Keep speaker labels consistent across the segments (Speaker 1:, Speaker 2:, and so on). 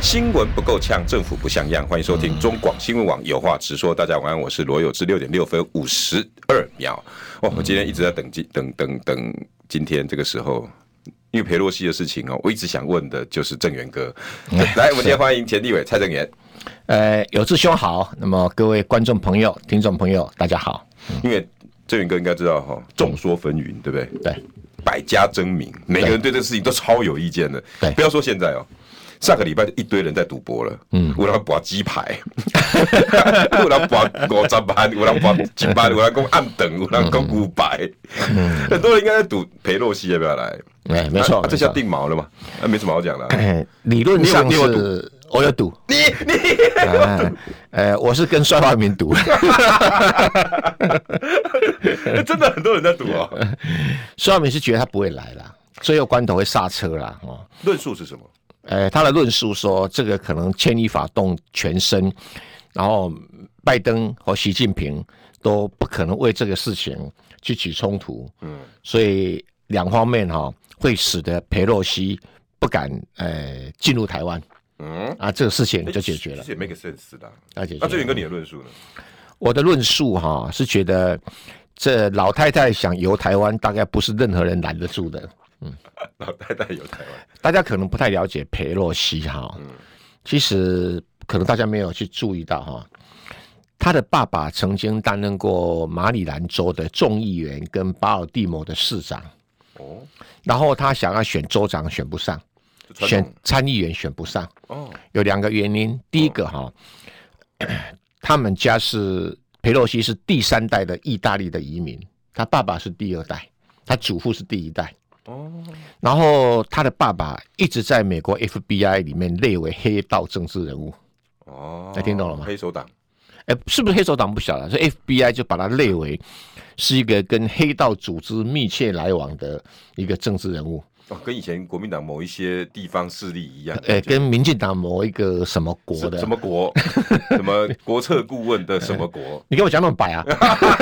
Speaker 1: 新闻不够呛，政府不像样。欢迎收听中广新闻网，有话直说。大家晚安，我是罗有志。六点六分五十二秒。哇，我今天一直在等今等等等今天这个时候，因为裴洛西的事情哦，我一直想问的就是郑源哥。 来，我们先欢迎田立伟、蔡正元。
Speaker 2: 呃，有志兄好，那么各位观众朋友、听众朋友，大家好。
Speaker 1: 因为郑源哥应该知道哈，众说纷纭，对不对？
Speaker 2: 对，
Speaker 1: 百家争鸣，每个人对这个事情都超有意见的。
Speaker 2: 对
Speaker 1: 不要说现在哦。上个礼拜就一堆人在赌博了，嗯，有人博鸡排， 有人博五十万，有人博一万，有人讲暗等，有人讲五百，很多人应该在赌裴洛西要不要来？
Speaker 2: 嗯哎、没错、
Speaker 1: 啊啊这
Speaker 2: 没
Speaker 1: 下
Speaker 2: 错。
Speaker 1: 定锚了嘛？啊，没什么好讲的啊。
Speaker 2: 哎 理论上
Speaker 1: 你有你有
Speaker 2: 是，我有赌。
Speaker 1: 你你
Speaker 2: 哎呃，我是跟帅化民赌，
Speaker 1: 真的很多人在赌 哦。
Speaker 2: 帅化民是觉得他不会来啦，最后关头会刹车啦。哦，
Speaker 1: 论述是什么？
Speaker 2: 呃，他的论述说这个可能牵一发动全身，然后拜登和习近平都不可能为这个事情去起冲突，嗯，所以两方面哈、会使得佩洛西不敢呃进入台湾
Speaker 1: 嗯，哎
Speaker 2: 啊，这个事情就解决了
Speaker 1: 其，实也 make sense 啦。
Speaker 2: 啊解决
Speaker 1: 那
Speaker 2: 了
Speaker 1: 最远哥你的论述呢？
Speaker 2: 我的论述哈、是觉得这老太太想游台湾，大概不是任何人拦得住的。
Speaker 1: 老太太有台湾，
Speaker 2: 大家可能不太了解佩洛西哈，
Speaker 1: 嗯
Speaker 2: 其实可能大家没有去注意到哈，他的爸爸曾经担任过马里兰州的众议员跟巴尔的摩的市长，
Speaker 1: 哦，
Speaker 2: 然后他想要选州长选不上，
Speaker 1: 就传
Speaker 2: 选
Speaker 1: 统
Speaker 2: 参议员选不上，
Speaker 1: 哦，
Speaker 2: 有两个原因，第一个哈， 他们家是佩洛西是第三代的意大利的移民，他爸爸是第二代，他祖父是第一代。
Speaker 1: 哦，
Speaker 2: 然后他的爸爸一直在美国 FBI 里面列为黑道政治人物，
Speaker 1: 哦，
Speaker 2: 哎听懂了吗
Speaker 1: 黑手党，
Speaker 2: 哎、是不是黑手党不晓得，所以 FBI 就把他列为是一个跟黑道组织密切来往的一个政治人物，
Speaker 1: 哦，跟以前国民党某一些地方势力一样，
Speaker 2: 哎、跟民进党某一个什么国
Speaker 1: 什
Speaker 2: 的
Speaker 1: 什，么 国，什么国策顾问的什么国
Speaker 2: 你跟我讲那么白啊，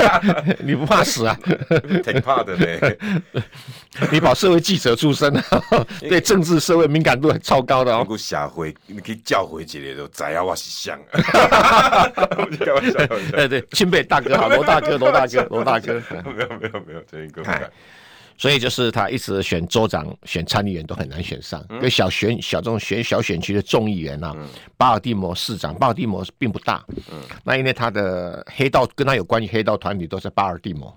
Speaker 2: 你不怕死啊？
Speaker 1: ，take part 的嘞，
Speaker 2: 你跑社会记者出身，啊对政治社会敏感度很超高的
Speaker 1: 能
Speaker 2: 哦。
Speaker 1: 够下回你可以叫回几个都宰啊，我是啊像，我就开玩笑，开玩笑
Speaker 2: 对哎对，钦佩 大 哥好，啊罗大哥，罗大哥，罗大哥。
Speaker 1: 没有没有没有，这一个不敢
Speaker 2: 所以就是他一直选州长、选参议员都很难选上，跟小选小这种选小选区的众议员啊，巴尔的摩市长，巴尔的摩并不大，那因为他的黑道跟他有关系，黑道团体都在巴尔的摩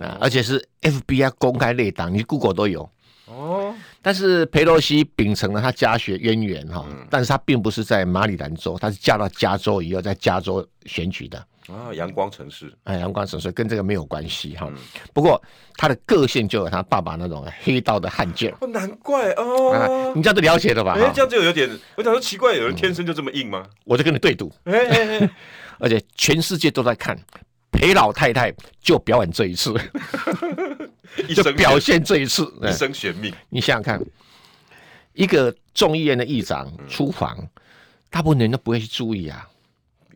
Speaker 2: 啊，而且是 FBI 公开列档，你 Google 都有。
Speaker 1: 哦，
Speaker 2: 但是佩洛西秉承了他家学渊源哈，但是他并不是在马里兰州，他是嫁到加州以后在加州选举的。
Speaker 1: 啊，阳光城市，
Speaker 2: 哎，阳光神社跟这个没有关系哈。
Speaker 1: 嗯
Speaker 2: 不过他的个性就有他爸爸那种黑道的汉奸
Speaker 1: 哦，难怪
Speaker 2: 啊嗯
Speaker 1: 哦，，
Speaker 2: 你这样都了解了吧？
Speaker 1: 哎，
Speaker 2: 哈
Speaker 1: 这样就有点，我想说奇怪，有人天生就这么硬吗？
Speaker 2: 我就跟你对赌，
Speaker 1: 哎哎哎，
Speaker 2: 而且全世界都在看。裴老太太就表演这 一次，
Speaker 1: 一
Speaker 2: 就
Speaker 1: 生悬
Speaker 2: 表现这一次。
Speaker 1: 一
Speaker 2: 哎
Speaker 1: 生悬命，
Speaker 2: 你想想看，一个众议院的议长
Speaker 1: 嗯
Speaker 2: 出访，大部分人都不会去注意啊。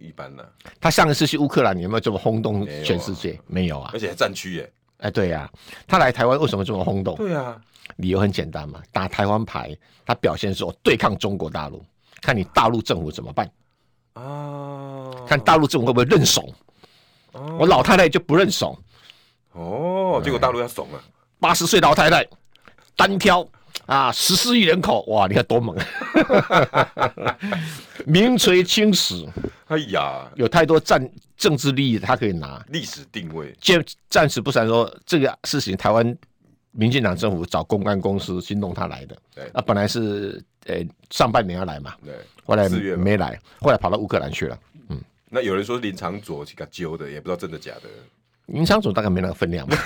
Speaker 1: 一般呢，
Speaker 2: 他上一次去乌克兰有没有这么轰动
Speaker 1: 没有啊
Speaker 2: 全世界？没有啊
Speaker 1: 而。且还战区耶，
Speaker 2: 哎，对呀、他来台湾为什么这么轰动？
Speaker 1: 对啊，
Speaker 2: 理由很简单嘛，打台湾牌，他表现说对抗中国大陆，看你大陆政府怎么办，
Speaker 1: 啊，
Speaker 2: 看大陆政府会不会认怂。
Speaker 1: 哦
Speaker 2: 我老太太就不认怂，
Speaker 1: 哦，结果大陆要怂了，
Speaker 2: 八十岁老太太，单挑啊，十四亿人口，哇，你看多猛， 名垂青史，
Speaker 1: 哎呀，
Speaker 2: 有太多战政治利益他可以拿。
Speaker 1: 历史定位，
Speaker 2: 暂暂时不谈说这个事情，台湾民进党政府找公关公司去弄他来的
Speaker 1: 对，
Speaker 2: 啊，本来是呃上半年要来嘛，
Speaker 1: 对，
Speaker 2: 后来
Speaker 1: 四月嘛
Speaker 2: 没来，后来跑到乌克兰去了。
Speaker 1: 那有人说林长佐去给他揪的，也不知道真的假的，
Speaker 2: 林场总大概没那个分量 吧？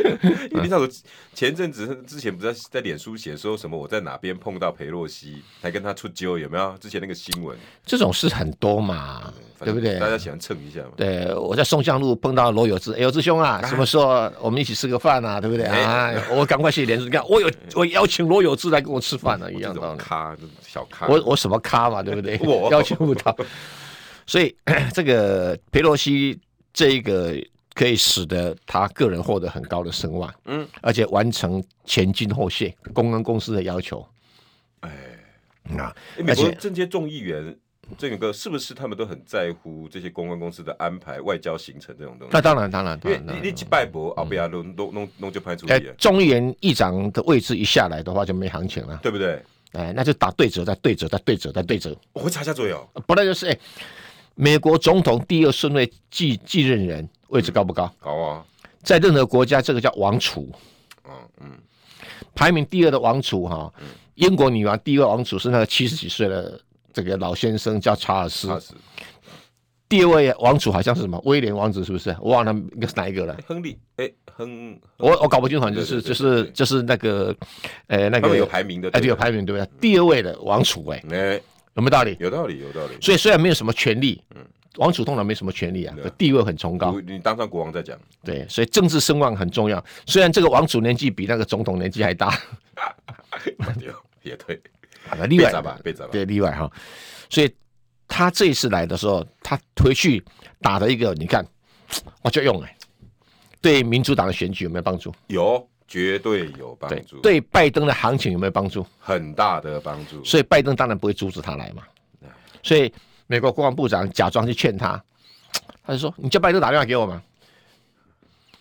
Speaker 1: 因为林长佐前阵子之前不是在在脸书写说什么我在哪边碰到裴洛西，还跟他出揪，有没有？之前那个新闻，
Speaker 2: 这种事很多嘛，
Speaker 1: 嗯反
Speaker 2: 对
Speaker 1: 正
Speaker 2: 不对
Speaker 1: 大家喜欢蹭一下嘛。
Speaker 2: 对，我在松江路碰到罗有志，哎，有志兄啊，什么时候我们一起吃个饭啊？对不对
Speaker 1: 哎
Speaker 2: 啊？我赶快去联系，看我有我邀请罗有志来跟我吃饭啊了，一
Speaker 1: 这
Speaker 2: 样道
Speaker 1: 种
Speaker 2: 理。
Speaker 1: 咖，这种小咖，？
Speaker 2: 我我什么咖嘛，对不对
Speaker 1: 我
Speaker 2: 邀请不到，所以 这个佩洛西这一个可以使得他个人获得很高的声望，
Speaker 1: 嗯，
Speaker 2: 而且完成前进后谢公安公司的要求
Speaker 1: 哎，
Speaker 2: 啊，
Speaker 1: 诶美
Speaker 2: 而
Speaker 1: 国
Speaker 2: 且
Speaker 1: 这些众议员，这个是不是他们都很在乎这些公关公司的安排、外交行程这种东西
Speaker 2: 那？当然当然
Speaker 1: 因
Speaker 2: 当
Speaker 1: 为
Speaker 2: 然，当然
Speaker 1: 你你去拜博，奥比亚弄弄弄弄就派出去
Speaker 2: 哎
Speaker 1: 了，，
Speaker 2: 众议员议长的位置一下来的话就没行情了，
Speaker 1: 对不对？
Speaker 2: 哎，那就打对折，再对折，再对折，再对折，
Speaker 1: 我会查下左右，
Speaker 2: 不然就是哎，美国总统第二顺位继继任人位置高不高？
Speaker 1: 好啊，
Speaker 2: 在任何国家这个叫王储。
Speaker 1: 嗯嗯，
Speaker 2: 排名第二的王储哈，英国女王第一位王储是那个七十几岁的这个老先生叫查尔斯
Speaker 1: 踏，实。
Speaker 2: 第二位王储好像是什么威廉王子是不是？我忘了那个是哪一个了
Speaker 1: 诶，亨利，哎，亨，
Speaker 2: 我我搞不清楚，就是
Speaker 1: 对对对
Speaker 2: 就是
Speaker 1: 对
Speaker 2: 就是那个，呃
Speaker 1: 他
Speaker 2: 那个
Speaker 1: 们有排名的，
Speaker 2: 哎
Speaker 1: 对
Speaker 2: 对有排名对不对？第二位的王储哎，
Speaker 1: 哎，
Speaker 2: 有没有道理？
Speaker 1: 有道理，有道理。
Speaker 2: 所以虽然没有什么权利，
Speaker 1: 嗯
Speaker 2: 王储通常没什么权利啊，可地位很崇高，
Speaker 1: 你你当上国王再讲，
Speaker 2: 对，所以政治声望很重要。虽然这个王储年纪比那个总统年纪还大，
Speaker 1: 对也对，
Speaker 2: 好了，例外
Speaker 1: 被砸吧被砸吧
Speaker 2: 对，例外哈。所以他这一次来的时候，他回去打了一个，你看，我就用了，哎对民主党的选举有没有帮助？
Speaker 1: 有绝对有帮
Speaker 2: 对
Speaker 1: 助，，
Speaker 2: 对拜登的行情有没有帮助？
Speaker 1: 很大的帮助。
Speaker 2: 所以拜登当然不会阻止他来嘛。所以美国国防部长假装去劝他，他就说：“你叫拜登打电话给我嘛。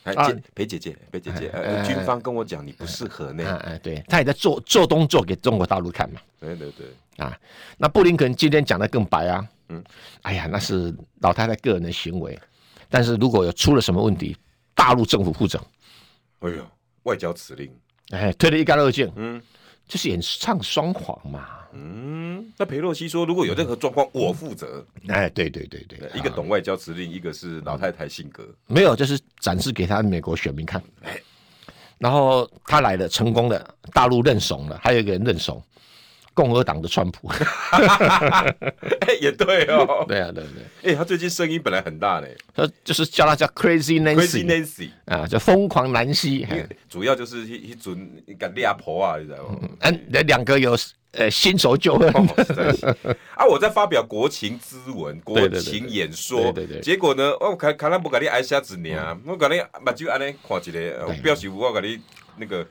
Speaker 1: 哎，
Speaker 2: 啊
Speaker 1: 姐，裴姐姐，裴姐姐，呃，军方跟我讲你不适合”
Speaker 2: 啊
Speaker 1: 呢。
Speaker 2: 啊，对，他也在做做东做给中国大陆看嘛。
Speaker 1: 对哎对对，
Speaker 2: 啊，那布林肯今天讲的更白啊，
Speaker 1: 嗯
Speaker 2: 嗯，哎呀，那是老太太个人的行为，但是如果有出了什么问题，大陆政府负责，
Speaker 1: 哎呦，外交辞令，
Speaker 2: 哎，推得一干二净，
Speaker 1: 嗯
Speaker 2: 就是演唱双簧嘛，
Speaker 1: 嗯。那裴洛西说，如果有任何状况，我负责。
Speaker 2: 哎，对对对对，
Speaker 1: 一个懂外交辞令，一个是老太太性格。
Speaker 2: 没有，就是展示给他美国选民看，然后他来了，成功了，大陆认怂了，还有一个人认怂，共和党的川 普，
Speaker 1: 哎，也对哦。
Speaker 2: 对啊，对对，
Speaker 1: 哎，他最近声音本来很大呢
Speaker 2: 他就是叫他叫 Crazy
Speaker 1: ，Crazy
Speaker 2: Nancy
Speaker 1: Nancy，
Speaker 2: 啊，叫疯狂南希，哎
Speaker 1: 主要就是一一准一个俩婆啊，你知道吗？
Speaker 2: 嗯，那两个有呃新仇旧恨。
Speaker 1: 哦实在是啊，我在发表国情咨文、国
Speaker 2: 对对
Speaker 1: 情演说，
Speaker 2: 对对对嗯
Speaker 1: 结果呢，哦，卡卡拉不给你挨瞎子呢，我给你把就安尼看一个，我表示我给你那个，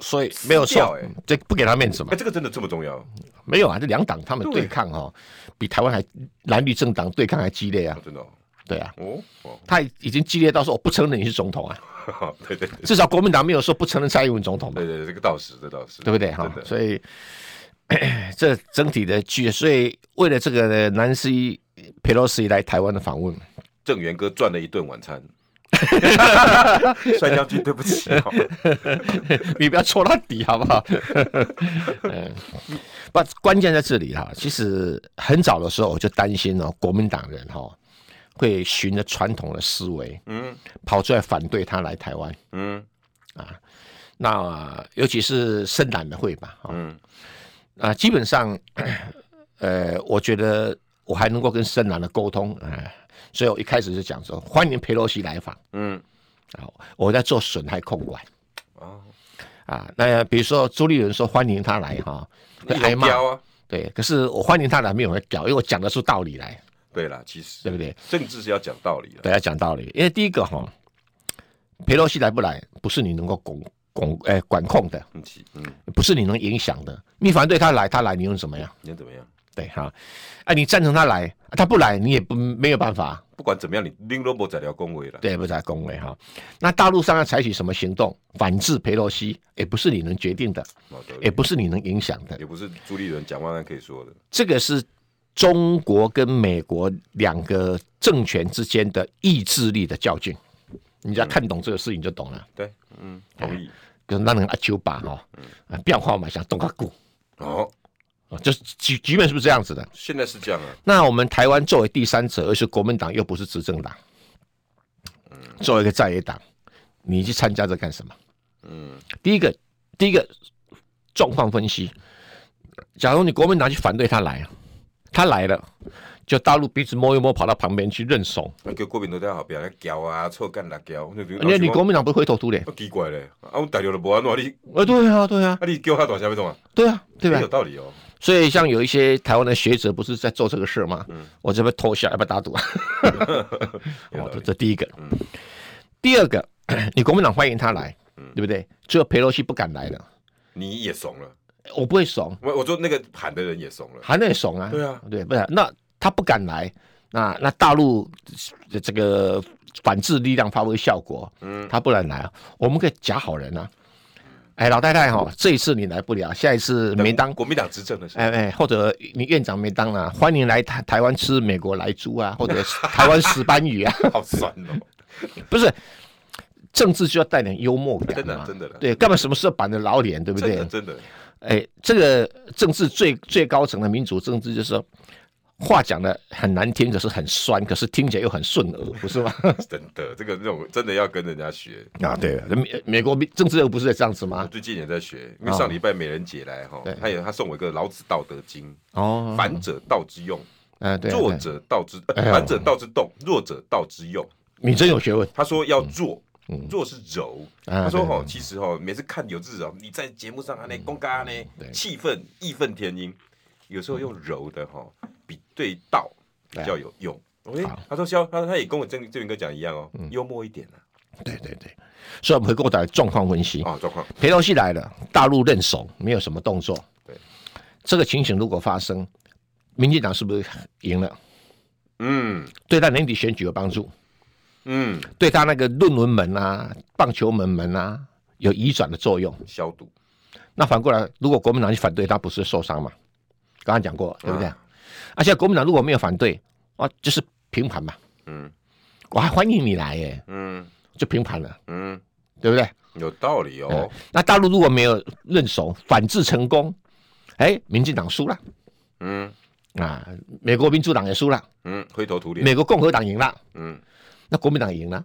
Speaker 2: 所以没有
Speaker 1: 死掉
Speaker 2: 错
Speaker 1: 欸，
Speaker 2: 这不给他面子嘛
Speaker 1: 哎，？这个真的这么重要？
Speaker 2: 没有啊，这两党他们
Speaker 1: 对
Speaker 2: 对抗哦，比台湾还蓝绿政党对抗还激烈啊
Speaker 1: 啊，真的哦
Speaker 2: 对啊，
Speaker 1: 哦哦
Speaker 2: 他已经激烈到说我不承认你是总统啊，
Speaker 1: 哈哈，哦 对对对
Speaker 2: 至少国民党没有说不承认蔡英文总统嘛
Speaker 1: 对，对，这个倒是，这倒是，
Speaker 2: 对不对哈
Speaker 1: 真？的
Speaker 2: 所以 这整体的剧，所以为了这个呢，南希佩洛西来台湾的访问，
Speaker 1: 郑源哥赚了一顿晚餐。帅将军，对不起、哦，
Speaker 2: 你不要戳到底好不 好？嗯，不，关键在这里哈。其实很早的时候我就担心哦，国民党人哈、会循着传统的思维，
Speaker 1: 嗯
Speaker 2: 跑出来反对他来台湾。啊
Speaker 1: 嗯
Speaker 2: 那、尤其是深蓝的会吧，啊、
Speaker 1: 嗯
Speaker 2: 啊基本上， 呃，我觉得我还能够跟深蓝的沟通，哎、所以我一开始就讲说，欢迎佩洛西来访
Speaker 1: 嗯
Speaker 2: 啊，我在做损害控管
Speaker 1: 啊，
Speaker 2: 啊。那比如说朱立伦说欢迎他来哈，会 挨骂。
Speaker 1: 标啊，
Speaker 2: 对，可是我欢迎他来没有人屌，因为我讲的出道理来，
Speaker 1: 对啦，其
Speaker 2: 对
Speaker 1: 实
Speaker 2: 不对？
Speaker 1: 政治是要讲道理啊的，
Speaker 2: 对，要讲道理。因为第一个哈，佩洛西来不来，不是你能够管管呃管控的，
Speaker 1: 嗯其嗯，
Speaker 2: 不是你能影响的。你反对他来，他来你能怎么样？
Speaker 1: 你怎么样？
Speaker 2: 对哈，啊，你赞成他来，他不来你也不没有办法，
Speaker 1: 不管怎么样，你拎萝卜在聊恭维了，
Speaker 2: 对，不在恭维哈。那大陆上要采取什么行动反制佩洛西，也不是你能决定的，
Speaker 1: 毛德
Speaker 2: 也
Speaker 1: 也
Speaker 2: 不是你能影响的。
Speaker 1: 哦也不是朱立伦、蒋万安可以说的。
Speaker 2: 这个是中国跟美国两个政权之间的意志力的较劲。你只要看懂这个事情就懂了，
Speaker 1: 对，嗯，同意。
Speaker 2: 就是那人阿丘巴哈，啊，变化嘛，想动他股
Speaker 1: 哦，
Speaker 2: 啊，就是局局面是不是这样子的？
Speaker 1: 现在是这样啊，
Speaker 2: 那我们台湾作为第三者，而是国民党又不是执政党，作为一个在野党，你去参加这干什么？
Speaker 1: 嗯，
Speaker 2: 第一个，第一个啊状况分析，假如你国民党去反对他来，他来了，就大陆鼻子摸一摸，跑到旁边去认怂。
Speaker 1: 叫国民党在后边咧搅啊，臭干辣椒。那
Speaker 2: 那你国民党不是灰头土脸？
Speaker 1: 奇怪嘞，啊，我们大陆都无安怎，你
Speaker 2: 呃，对啊，对啊
Speaker 1: 啊，，你叫他大啥要动啊？
Speaker 2: 对啊，对吧
Speaker 1: 有？道理哦。
Speaker 2: 所以像有一些台湾的学者不是在做这个事吗？
Speaker 1: 嗯
Speaker 2: 我这边偷笑，要不要打赌？ 哦，这这第一个，
Speaker 1: 嗯
Speaker 2: 第二个， 你国民党欢迎他来，
Speaker 1: 嗯
Speaker 2: 对不对？只有裴洛西不敢来了，
Speaker 1: 你也怂了，
Speaker 2: 我不会怂，
Speaker 1: 我我说那个喊的人也怂了。
Speaker 2: 韩内怂啊，
Speaker 1: 对啊，
Speaker 2: 对，不然那他不敢来，那那大陆的这个反制力量发挥效果，
Speaker 1: 嗯，
Speaker 2: 他不能来啊，我们可以假好人啊。哎，老太太哈，这一次你来不了，下一次没当
Speaker 1: 国民党执政的时候，
Speaker 2: 哎哎，或者你院长没当啊，欢迎来台台湾吃美国来 猪啊，或者是台湾石斑鱼啊，
Speaker 1: 好酸哦。
Speaker 2: 不是政治就要带点幽默感
Speaker 1: 真的
Speaker 2: 嘛，
Speaker 1: 真的的
Speaker 2: 对，干嘛什么事板着老脸，对不
Speaker 1: 真
Speaker 2: 对
Speaker 1: 的？真的，
Speaker 2: 哎，这个政治最最高层的民主政治就是说。话讲的很难听，可是很酸，可是听起来又很顺耳，不是吗？
Speaker 1: 真的，这个那种真的要跟人家学。
Speaker 2: 啊，对， 美美国政治又不是这样子
Speaker 1: 我
Speaker 2: 吗？
Speaker 1: 最近也在学，因为上礼拜美人姐来哈
Speaker 2: 啊哦对，
Speaker 1: 她也她送我一个《老子道德经》，
Speaker 2: 哦，
Speaker 1: 反者道之用，
Speaker 2: 嗯，对，
Speaker 1: 弱
Speaker 2: 对
Speaker 1: 者道之，呃
Speaker 2: 哎呦
Speaker 1: 反者道之动，弱者道之用。
Speaker 2: 你真有学问，
Speaker 1: 他说要弱，弱是柔。
Speaker 2: 嗯啊
Speaker 1: 他说
Speaker 2: 对嗯
Speaker 1: 哦，其实哦，每次看有志哦，你在节目上啊，那公嘎呢，气氛义愤填膺，有时候用柔的哈，比对道比较有用。哎
Speaker 2: 嗯好，嗯
Speaker 1: 他说肖，他他也跟我郑郑云哥讲一样哦，幽默一点啊，
Speaker 2: 对对对。所以我们回过头来状况分析，
Speaker 1: 啊，状况
Speaker 2: 裴洛西来了，大陆认怂，没有什么动作。
Speaker 1: 对，
Speaker 2: 这个情形如果发生，民进党是不是赢了？
Speaker 1: 嗯
Speaker 2: 对他年底选举有帮助，
Speaker 1: 嗯，
Speaker 2: 对他那个论文门啊、棒球门门啊有移转的作用。
Speaker 1: 消毒，
Speaker 2: 那反过来，如果国民党去反对，他不是受伤嘛？刚刚讲过，对不对？而且国民党如果没有反对，啊，就是平盘嘛。
Speaker 1: 嗯
Speaker 2: 我还欢迎你来耶，
Speaker 1: 嗯
Speaker 2: 就平盘了，
Speaker 1: 嗯，
Speaker 2: 对不对？
Speaker 1: 有道理哦
Speaker 2: 哦，，那大陆如果没有认怂，反制成功，哎，民进党输了。
Speaker 1: 嗯
Speaker 2: 啊，美国民主党也输了，
Speaker 1: 嗯，灰头土脸，
Speaker 2: 美国共和党赢了，
Speaker 1: 嗯，
Speaker 2: 那国民党赢了，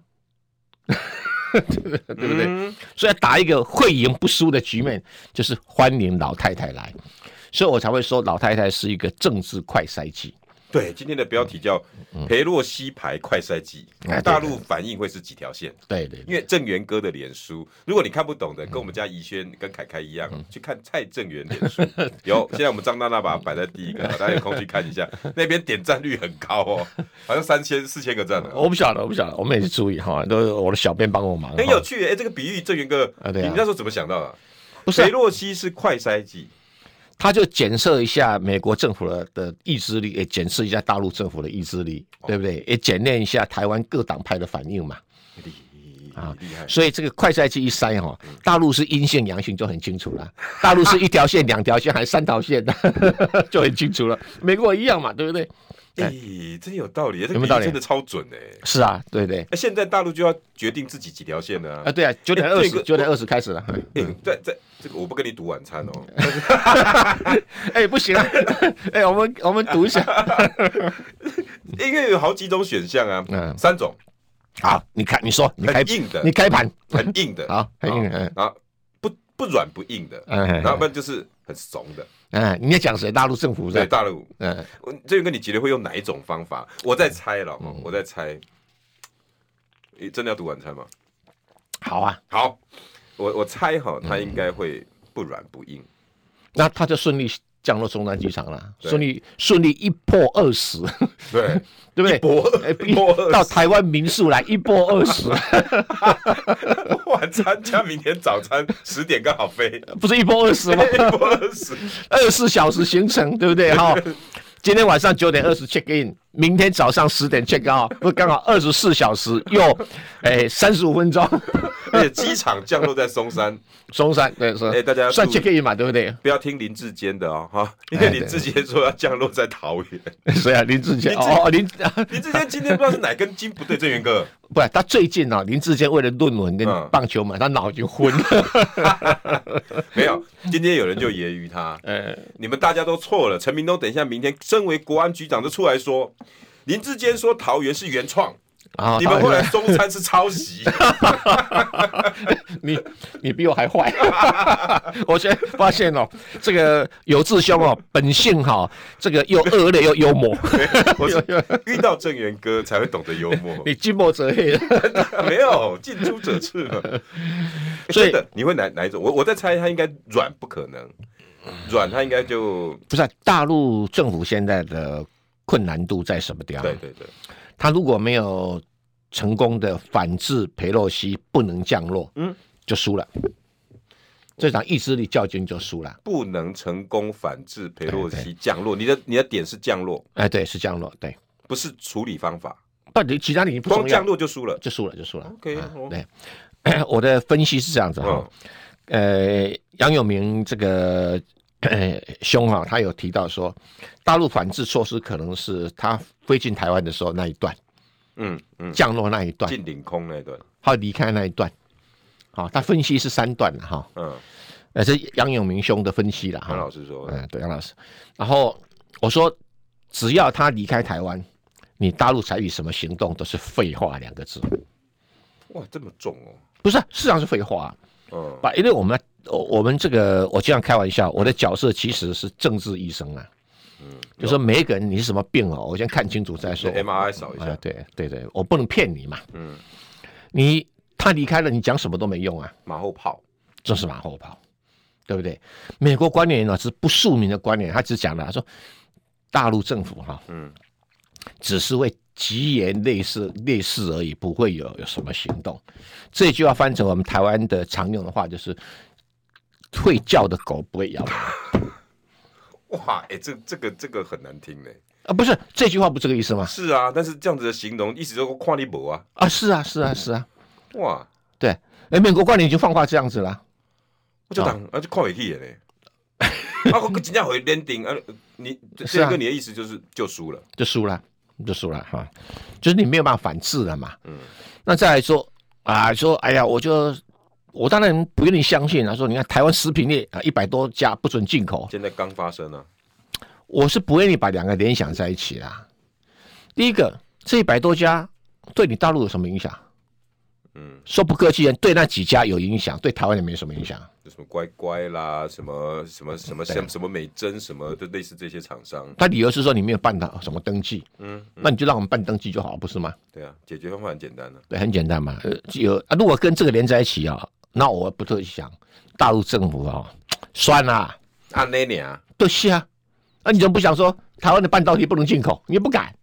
Speaker 1: 对
Speaker 2: 不对
Speaker 1: 对？
Speaker 2: 所以要打一个会赢不输的局面，就是欢迎老太太来，所以我才会说老太太是一个政治快筛剂。
Speaker 1: 对，今天的标题叫“裴洛西牌快赛季
Speaker 2: 嗯哎”，对
Speaker 1: 大陆反应会是几条线？
Speaker 2: 对嗯对
Speaker 1: 因为郑源哥的脸书，如果你看不懂的，跟我们家怡轩跟凯凯一样，
Speaker 2: 嗯
Speaker 1: 去看蔡正元脸 书。有，现在我们张娜娜把它摆在第一个，大家有空去看一下，那边点赞率很高哦，好像三千四千个赞了。
Speaker 2: 我不晓得，我不晓得，我们也是注意哈，都是我的小编帮我忙。啊
Speaker 1: 很有
Speaker 2: 哈
Speaker 1: 趣耶，哎，这个比喻郑源哥，
Speaker 2: 啊
Speaker 1: 你
Speaker 2: 对啊
Speaker 1: 那时候怎么想到的？
Speaker 2: 不是啊
Speaker 1: 裴洛西是快筛剂，
Speaker 2: 他就检测一下美国政府的的意志力，也检视一下大陆政府的意志力，对不对？也检验一下台湾各党派的反应嘛。
Speaker 1: 厉
Speaker 2: 啊
Speaker 1: 厉害，
Speaker 2: 所以这个快筛剂一筛哈，
Speaker 1: 嗯
Speaker 2: 大陆是阴性阳性就很清楚了。大陆是一条线、两条线还是三条线的， 就很清楚了。美国也一样嘛，对不对？
Speaker 1: 哎，真有道理，这
Speaker 2: 有
Speaker 1: 个
Speaker 2: 没
Speaker 1: 比
Speaker 2: 有道
Speaker 1: 喻
Speaker 2: 理
Speaker 1: 真的超准哎。
Speaker 2: 是啊，对不对？
Speaker 1: 哎现在大陆就要决定自己几条线呢、
Speaker 2: 啊，对啊，九点二
Speaker 1: 哎这
Speaker 2: 十，
Speaker 1: 个
Speaker 2: 九点二十开始了。
Speaker 1: 哎、在在这个我不跟你赌晚餐哦，
Speaker 2: 哎，不行啊！ 哎，我们我们读一下。
Speaker 1: 因为有好几种选项啊，
Speaker 2: 嗯
Speaker 1: 三种
Speaker 2: 好，你看，你说，你开
Speaker 1: 很，硬的
Speaker 2: 你，开盘。
Speaker 1: 很硬的，
Speaker 2: 好，很硬。嗯
Speaker 1: 然后不不软不硬的，
Speaker 2: 嗯嗯
Speaker 1: 然后不然就是很怂的。
Speaker 2: 嗯，你要讲谁？大陆政府是
Speaker 1: 对
Speaker 2: 吧？
Speaker 1: 大陆，
Speaker 2: 嗯，
Speaker 1: 我这个你觉得会用哪一种方法？我在猜了，
Speaker 2: 嗯
Speaker 1: 我在猜，诶真的要赌晚餐吗？
Speaker 2: 好啊，
Speaker 1: 好，我我猜哈，他
Speaker 2: 嗯
Speaker 1: 应该会不软不 硬，
Speaker 2: 那他就顺利降落中南机场了，
Speaker 1: 对
Speaker 2: 顺利顺利一破二十，
Speaker 1: 对，
Speaker 2: 对不对？
Speaker 1: 博
Speaker 2: 哎不一
Speaker 1: 博二
Speaker 2: 到台湾民宿来一波二十，
Speaker 1: 晚餐加明天早 餐十点刚好 飞，
Speaker 2: 不是一波二十吗？
Speaker 1: 博二 十。
Speaker 2: 二十四小时行程，对 不对？哈，今天晚上九点二十 check in，明天早上十点 check out，不是刚好二十四小时又，哎，三十五分钟，
Speaker 1: 而且机场降落在松山，
Speaker 2: 松山对是，
Speaker 1: 哎大家要
Speaker 2: 算
Speaker 1: 注意
Speaker 2: check in 嘛，对 不对？
Speaker 1: 不要听林志坚的哦，哈，因为
Speaker 2: 哎对
Speaker 1: 林志坚说要降落在桃园。
Speaker 2: 谁啊？林志坚
Speaker 1: 林志
Speaker 2: 哦，哦林，
Speaker 1: 林志坚今天不知道是哪根筋不 对，郑源哥，
Speaker 2: 不是他最近啊，林志坚为了论文跟
Speaker 1: 嗯
Speaker 2: 棒球嘛，他脑已经昏 了，
Speaker 1: 没有，今天有人就揶揄他，
Speaker 2: 哎，
Speaker 1: 你们大家都错了。哦陈明东等一下明天身为国安局长就出来说，林志坚说桃园是原创，
Speaker 2: 啊
Speaker 1: 你们后来中餐是抄袭，
Speaker 2: 你你比我还坏， 我现在发现哦，这个有志兄哦，本性哈、这个又恶劣又幽默，
Speaker 1: 我 是遇到郑源哥才会懂得幽默，
Speaker 2: 你近墨者黑，
Speaker 1: 没有近朱者赤 嘛。欸
Speaker 2: 所以
Speaker 1: 真的，你会哪哪一种？我我在猜，他应该软不可能，软他应该就
Speaker 2: 不是啊、大陆政府现在的困难度在什么地方？
Speaker 1: 对对对，
Speaker 2: 他如果没有成功的反制佩洛西不能降落，
Speaker 1: 嗯，
Speaker 2: 就输了。这场意志力较劲就输了，
Speaker 1: 不能成功反制裴洛
Speaker 2: 对
Speaker 1: 西降落。你的你的点是降落，
Speaker 2: 哎，对，是降落，对，
Speaker 1: 不是处理方法，
Speaker 2: 不，你其他你不重
Speaker 1: 光
Speaker 2: 要
Speaker 1: 降，落就输了。
Speaker 2: 就输了，就输了。
Speaker 1: OK，
Speaker 2: 啊
Speaker 1: 哦
Speaker 2: 对， 我的分析是这样子哈
Speaker 1: 嗯，
Speaker 2: 呃，杨永明这个呃兄啊，他有提到说，大陆反制措施可能是他飞进台湾的时候那一段
Speaker 1: 嗯嗯，
Speaker 2: 降落那一段，
Speaker 1: 进领空那一段，
Speaker 2: 还有离开那一段。好，他分析是三段了哈，
Speaker 1: 嗯，
Speaker 2: 呃，这杨永明兄的分析了
Speaker 1: 韩
Speaker 2: 哈
Speaker 1: 老，师说的，
Speaker 2: 嗯，对，杨老师。然后我说，只要他离开台湾，你大陆采取什么行动都是废话两个字，
Speaker 1: 哇，这么重哦。
Speaker 2: 不是啊，事实上是废话啊、
Speaker 1: 嗯，
Speaker 2: 把，因为我们我我们这个，我经常开玩笑，我的角色其实是政治医生啊，就说每一个人你是什么病哦，我先看清楚再说。
Speaker 1: 嗯对 MRI 扫一下
Speaker 2: 啊，对对对，我不能骗你嘛。
Speaker 1: 嗯，
Speaker 2: 你他离开了，你讲什么都没用啊，
Speaker 1: 马后炮，
Speaker 2: 这是马后炮，对不对？美国官员呢是不署名的官员，他只讲了，他说大陆政府哈、
Speaker 1: 嗯
Speaker 2: 只是会疾言类似类似而已，不会有有什么行动。这句话翻成我们台湾的常用的话就是：会叫的狗不会咬人啊
Speaker 1: 哇，哎，这这个这个很难听呢。
Speaker 2: 啊！不是这句话不这个意思吗？
Speaker 1: 是啊，但是这样子的形容，意思就是跨立博啊，
Speaker 2: 啊，是啊，是啊，是啊，
Speaker 1: 哇，
Speaker 2: 对。哎，美国官员已经放话这样子了，哦
Speaker 1: 我就当啊就跨回去 了呢。啊，我真正回 landing 啊，你这
Speaker 2: 是啊
Speaker 1: 这个你的意思就是就输了，
Speaker 2: 就输了，就输了哈，就是你没有办法反制了嘛。
Speaker 1: 嗯，
Speaker 2: 那再来说啊，说哎呀，我就我当然不愿意相信啊，说你看台湾食品业啊一百多家不准进口，
Speaker 1: 现在刚发生啊，
Speaker 2: 我是不愿意把两个联想在一起啦。第一个，这一百多家对你大陆有什么影响？
Speaker 1: 嗯，
Speaker 2: 说不客气，对那几家有影响，对台湾也没什么影响。
Speaker 1: 就什么乖乖啦，什么什么什么
Speaker 2: 啊
Speaker 1: 像什么美珍什么，就类似这些厂商，
Speaker 2: 他理由是说你没有办到什么登记，
Speaker 1: 嗯，
Speaker 2: 那你就让我们办登记就好，不是吗？
Speaker 1: 对啊，解决方法很简单的、啊，
Speaker 2: 对，很简单嘛。呃，有啊，如果跟这个连在一起啊，那我不特想大陆政府啊，算啦、
Speaker 1: 按那年啊，
Speaker 2: 对，是啊，那、你怎么不想说台湾的半导体不能进口？你也不敢，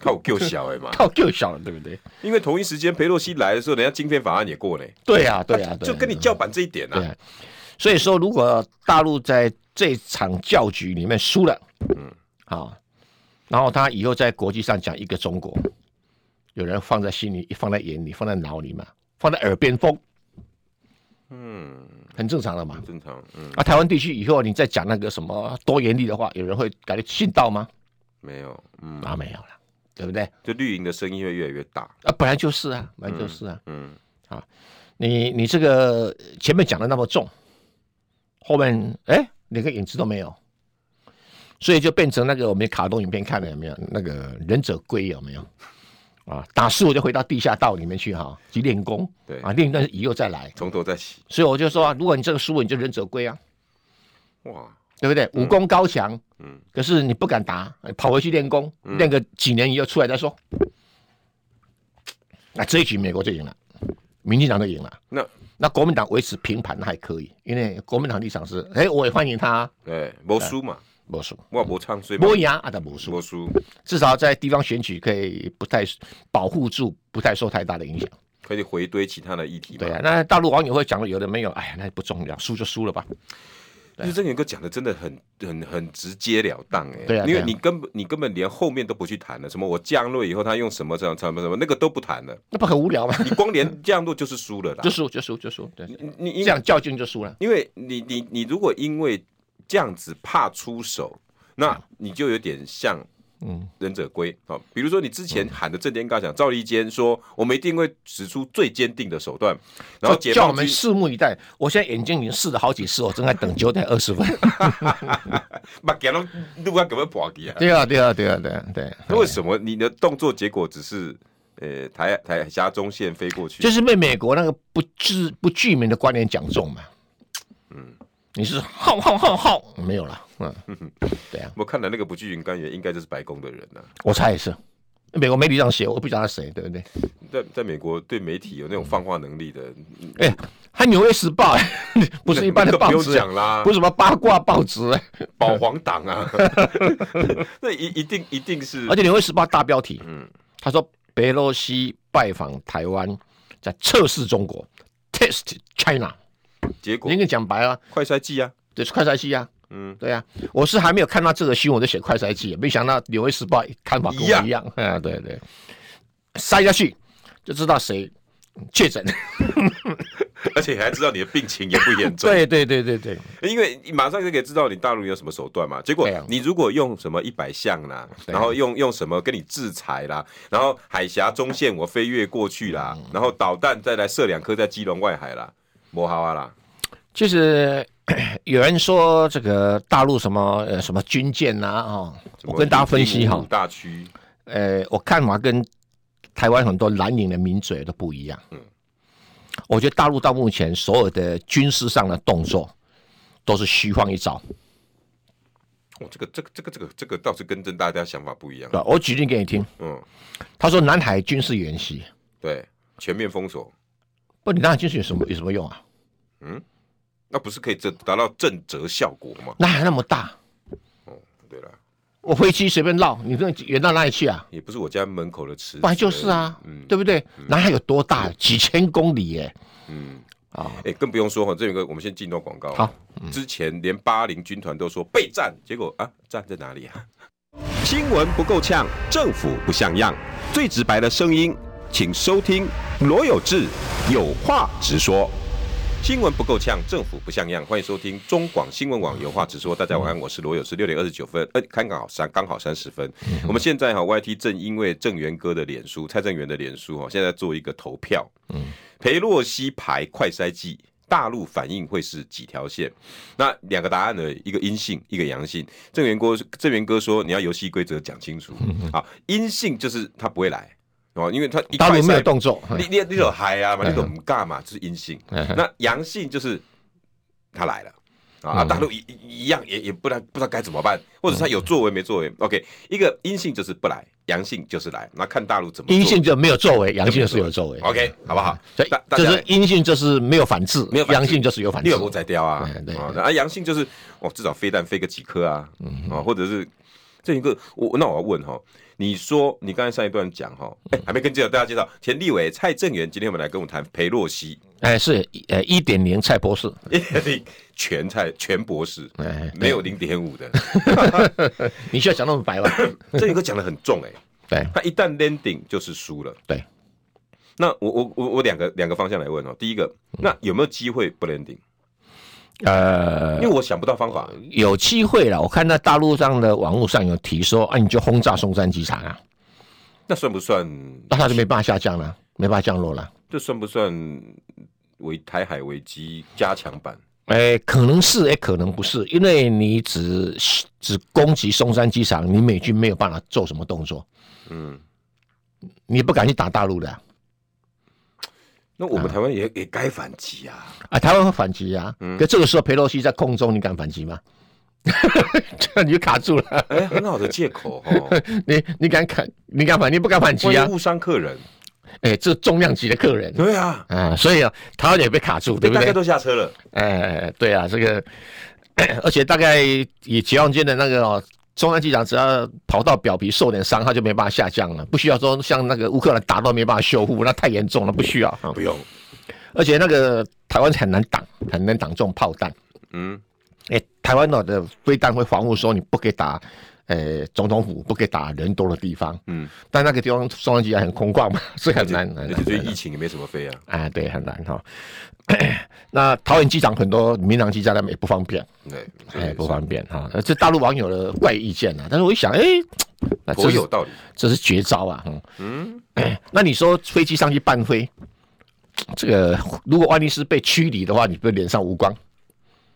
Speaker 1: 靠我够小哎嘛，
Speaker 2: 靠就小了，对不对？
Speaker 1: 因为同一时间裴洛西来的时候，人家晶片法案也过嘞、
Speaker 2: 对呀、对呀、
Speaker 1: 啊
Speaker 2: 对
Speaker 1: 就
Speaker 2: 啊
Speaker 1: 跟你叫板这一点
Speaker 2: 对
Speaker 1: 啊，
Speaker 2: 啊，所以说如果大陆在这场教局里面输了，
Speaker 1: 嗯
Speaker 2: 嗯，啊，然后他以后在国际上讲一个中国，有人放在心里，放在眼里，放在脑里嘛，放在耳边风，
Speaker 1: 嗯，
Speaker 2: 很正常的嘛。
Speaker 1: 正常，嗯，
Speaker 2: 啊，台湾地区以后你再讲那个什么多元力的话，有人会感觉信到吗？
Speaker 1: 没有，嗯，
Speaker 2: 啊，没有了，对不对？
Speaker 1: 就绿营的声音会越来越大，
Speaker 2: 啊，本来就是啊，本来就是啊。
Speaker 1: 嗯，
Speaker 2: 你你这个前面讲的那么重，后面哎连个影子都没有，所以就变成那个我们卡通影片看了有没有？那个忍者龟有没有？啊，打输我就回到地下道里面去哈、去练功，
Speaker 1: 对
Speaker 2: 啊，练一段以后再来。
Speaker 1: 从头再洗，
Speaker 2: 所以我就说、啊，如果你这个输，你就忍者龟啊，
Speaker 1: 哇，
Speaker 2: 对不对？武功高强，
Speaker 1: 嗯，
Speaker 2: 可是你不敢打，跑回去练功，练个几年以后出来再说。那这一局美国就赢了，民进党就赢了。
Speaker 1: 那
Speaker 2: 那国民党维持平盘还可以，因为国民党立场是，哎、我也欢迎他，
Speaker 1: 哎，没输嘛，
Speaker 2: 没输，
Speaker 1: 我没唱衰嘛，
Speaker 2: 没赢啊，但没输
Speaker 1: 没，输，
Speaker 2: 至少在地方选举可以不太保护住，不太受太大的影响。
Speaker 1: 可以回堆其他的议题嘛，
Speaker 2: 对啊，那大陆网友会讲的有的没有，哎呀，那不重要，输就输了吧。啊
Speaker 1: 因为郑源哥讲的真的很很很直截了当哎、
Speaker 2: 对啊
Speaker 1: 因
Speaker 2: 对
Speaker 1: 为
Speaker 2: 啊
Speaker 1: 你根本你根本连后面都不去谈了，什么我降落以后他用什么什么什么什么那个都不谈了，
Speaker 2: 那不很无聊吗？
Speaker 1: 你光连降落就是输了啦
Speaker 2: 就，输就输就输，对，
Speaker 1: 你你
Speaker 2: 这
Speaker 1: 你
Speaker 2: 样较劲就输了。
Speaker 1: 因为你你你如果因为这样子怕出手，那你就有点像
Speaker 2: 嗯
Speaker 1: 忍者龟啊、哦。比如说你之前喊的正点刚讲赵立坚说，我们一定会使出最坚定的手段，然后
Speaker 2: 就
Speaker 1: 解
Speaker 2: 叫我
Speaker 1: 放
Speaker 2: 们
Speaker 1: 军
Speaker 2: 拭目以待。我现在眼睛已经试了好几次，我正在等九点二 十分。
Speaker 1: 把给他路啊给他破给啊。
Speaker 2: 对啊，对啊，对啊，对啊，对啊。
Speaker 1: 那为什么你的动作结果只是呃台台峡中线飞过去，
Speaker 2: 就是被美国那个不知不具名的官员讲中嘛。嗯，你是浩浩浩浩没有了，嗯，对啊，
Speaker 1: 我看来那个不具名官员应该就是白宫的人啊呐、
Speaker 2: 我猜也是。美国媒体上写，我不知道他谁，对不对？
Speaker 1: 在在美国对媒体有那种放话能力的，嗯
Speaker 2: 哎、还《纽约时报》哎 不是一般的
Speaker 1: 那
Speaker 2: 报
Speaker 1: 都不
Speaker 2: 纸
Speaker 1: 用，讲啊啦
Speaker 2: 不，是什么八卦报纸，哎
Speaker 1: 保皇党 啊，那一一定一定是
Speaker 2: 而且《纽约时报》大标题，
Speaker 1: 嗯
Speaker 2: 嗯，他说佩洛西拜访台湾，在测试中国，test China。
Speaker 1: 结果
Speaker 2: 你跟讲白了，
Speaker 1: 快筛剂啊，
Speaker 2: 这是快筛剂啊。
Speaker 1: 嗯，
Speaker 2: 对啊，我是还没有看到这个新闻，我就写快筛剂，没想到《纽约时报》看法跟
Speaker 1: 一样
Speaker 2: 我一样，啊，对对，塞下去就知道谁确诊，
Speaker 1: 而且还知道你的病情也不严重，
Speaker 2: 对对对对对，
Speaker 1: 因为你马上就可以知道你大陆有什么手段嘛。结果
Speaker 2: 对啊
Speaker 1: 你如果用什么一百项啦，
Speaker 2: 对啊
Speaker 1: 然后用用什么跟你制裁啦，然后海峡中线我飞越过去啦，
Speaker 2: 嗯
Speaker 1: 然后导弹再来射两颗在基隆外海啦，摩哈哇啦，
Speaker 2: 就是 有人说这个大陆什么呃什么军舰呐、啊，哦，我跟大家分析哈
Speaker 1: 五，大区
Speaker 2: 呃，我看法跟台湾很多蓝营的名嘴都不一样。嗯，我觉得大陆到目前所有的军事上的动作都是虚晃一招，
Speaker 1: 哦，这个这个这个这个这个倒是跟真大家想法不一样
Speaker 2: 对。吧？我举例给你听，
Speaker 1: 嗯，
Speaker 2: 他说南海军事演习，
Speaker 1: 对，全面封锁，
Speaker 2: 不，你南海军事有什
Speaker 1: 嗯
Speaker 2: 么有什么用啊？
Speaker 1: 那不是可以这达到正则效果吗？
Speaker 2: 南海那么大，
Speaker 1: 哦，对了，
Speaker 2: 我飞机随便绕，你这远到哪里去啊？
Speaker 1: 也不是我家门口的池子而已，
Speaker 2: 本来就是啊，
Speaker 1: 嗯
Speaker 2: 对不对？南海有多大？几千公里耶！
Speaker 1: 哎、更不用说哈，这有个我们先进段广告。啊
Speaker 2: 好，
Speaker 1: 之前连八零军团都说备战，结果啊，战在哪里啊？
Speaker 3: 新闻不够呛，政府不像样，最直白的声音，请收听罗有志有话直说。
Speaker 1: 新闻不够呛，政府不像样。欢迎收听中广新闻网有话直说。大家晚安，我是罗有志，六点二十九分，呃，刚刚好三，刚好三十分。
Speaker 2: 嗯
Speaker 1: 我们现在哈，YT 正因为郑源哥的脸书，蔡正元的脸书哈，现在做一个投票。嗯，裴洛西牌快筛剂，大陆反应会是几条线？那两个答案呢？一个阴性，一个阳性。郑源哥，郑源哥说你要游戏规则讲清楚。
Speaker 2: 嗯
Speaker 1: 好，阴性就是他不会来哦，因为他一
Speaker 2: 大
Speaker 1: 快
Speaker 2: 陆没有
Speaker 1: 筛
Speaker 2: 动哎作，嗯
Speaker 1: 你你你有嗨啊嘛，你懂尬嘛，就是阴性。那阳性就是他来了啊，
Speaker 2: 嗯
Speaker 1: 大陆一一一样也也不知道不知道该怎么办，或者是他有作为没作为。OK，一个阴性就是不来，阳性就是来，那看大陆怎么做
Speaker 2: 阴性就没有作为，阳性就是有作为。嗯
Speaker 1: OK 好不好？
Speaker 2: 所以
Speaker 1: 大大
Speaker 2: 就
Speaker 1: 家
Speaker 2: 是阴性就是没有反制，
Speaker 1: 没有反制
Speaker 2: 阳性就是有反制
Speaker 1: 六。五仔雕啊
Speaker 2: 对，对
Speaker 1: 哦那啊阳性就是哦，至少飞弹飞个几颗啊，
Speaker 2: 嗯
Speaker 1: 啊或者是这一个我那我要问哈，你说你刚才上一段讲哈，哎还没跟介绍大家介绍，田立伟、蔡正元，今天我们来跟我们谈裴洛西，
Speaker 2: 哎，是呃一点零蔡博士，
Speaker 1: 全蔡全博士
Speaker 2: 哎，
Speaker 1: 没有零点五的，
Speaker 2: 你需要讲那么 白吗？
Speaker 1: 这一个讲的很重哎、
Speaker 2: 对
Speaker 1: 他一旦 landing 就是输了。
Speaker 2: 对，
Speaker 1: 那我我我我两个两个方向来问哦，第一个，
Speaker 2: 嗯
Speaker 1: 那有没有机会不 landing？
Speaker 2: 呃啊
Speaker 1: 因，为我想不到方法，
Speaker 2: 有机会了。我看到大陆上的网络上有提说，啊，你就轰炸松山机场啊，
Speaker 1: 那算不算？
Speaker 2: 那它就没办法下降了，没办法降落了。
Speaker 1: 这算不算为台海危机加强版？
Speaker 2: 哎，可能是，哎，可能不是，因为你只只攻击松山机场，你美军没有办法做什么动作，
Speaker 1: 嗯，
Speaker 2: 你不敢去打大陆的啊，
Speaker 1: 那我们台湾也、也该反击 啊！
Speaker 2: 啊台湾会反击啊。可这个时候，佩洛西在空中，你敢反击吗？ 这样你就卡住了。
Speaker 1: 哎、很好的借口哦，
Speaker 2: 你你敢砍？你敢反？你不敢反击
Speaker 1: 万
Speaker 2: 啊
Speaker 1: 一？误伤客人，
Speaker 2: 哎、这重量级的客人
Speaker 1: 对啊，
Speaker 2: 啊，所以啊，台湾也被卡住，对不
Speaker 1: 大家
Speaker 2: 对？
Speaker 1: 都下车了，
Speaker 2: 哎，对啊，这个， 而且大概以解放军的那个、哦、中央机长，只要跑到表皮受点伤，他就没办法下降了，不需要说像那个乌克兰打到没办法修复，那太严重了，不需要。
Speaker 1: 不用，
Speaker 2: 而且那个台湾很难挡，很难挡这种炮弹。
Speaker 1: 嗯，
Speaker 2: 哎，台湾哦的飞弹会防护说你不给打，呃，总统府不给打人多的地方。
Speaker 1: 嗯，
Speaker 2: 但那个地方中央机场很空旷嘛， 所以很难。很
Speaker 1: 而
Speaker 2: 难
Speaker 1: 且最近疫情也没什么飞啊，
Speaker 2: 啊，对，很难哈。 那桃园机场很多民航机在那边也不方便，
Speaker 1: 对，所以
Speaker 2: 哎，不方便哈。呃这大陆网友的怪意见啊，但是我一想，哎，那这
Speaker 1: 颇
Speaker 2: 是
Speaker 1: 有道理。
Speaker 2: 这是绝招啊，嗯，那你说飞机上去半飞，这个如果万一是被驱离的话，你不是脸上无光，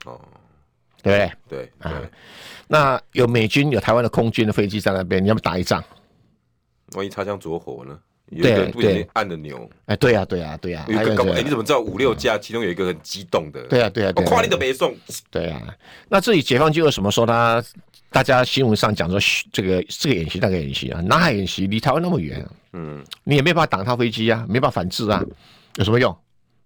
Speaker 1: 哦，
Speaker 2: 对不对？
Speaker 1: 对对
Speaker 2: 啊，那有美军有台湾的空军的飞机在那边，你要不要打一仗？
Speaker 1: 万一擦枪着火呢？有一个
Speaker 2: 对
Speaker 1: 不小心
Speaker 2: 对
Speaker 1: 按的钮，
Speaker 2: 哎，对呀，对呀，对呀，
Speaker 1: 有一
Speaker 2: 还有
Speaker 1: 个搞不，哎、
Speaker 2: 这
Speaker 1: 你怎么知道五六家其中有一个很激动的？
Speaker 2: 对呀，啊对呀，
Speaker 1: 我
Speaker 2: 对
Speaker 1: 夸你
Speaker 2: 呀
Speaker 1: 都，没送，
Speaker 2: 对呀。那这里解放军为什么说他？大家新闻上讲说嘘这个这个演习那个演习啊，南海演习离台湾那么远，啊
Speaker 1: 嗯，
Speaker 2: 你也没办法挡他飞机啊，没办法反制啊，有什么用？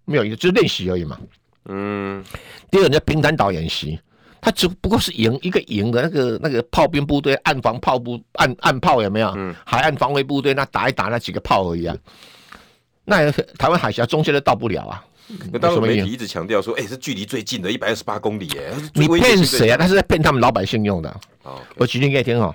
Speaker 2: 没有，就是练习而已嘛。
Speaker 1: 嗯，
Speaker 2: 第二，人家平潭岛演习，它只不过是营一个营的那个那个炮兵部队岸防炮部岸岸炮有没有？海岸防卫部队那打一打那几个炮而已啊。那台湾海峡中间都到不了啊！
Speaker 1: 那当时
Speaker 2: 有什么
Speaker 1: 媒
Speaker 2: 意
Speaker 1: 体
Speaker 2: 思
Speaker 1: 一直强调说，哎、是距离最近的，一百二十八公里，哎，
Speaker 2: 你骗谁
Speaker 1: 啊？
Speaker 2: 啊？他是在骗他们老百姓用的。
Speaker 1: 哦
Speaker 2: 我举例给你听哈、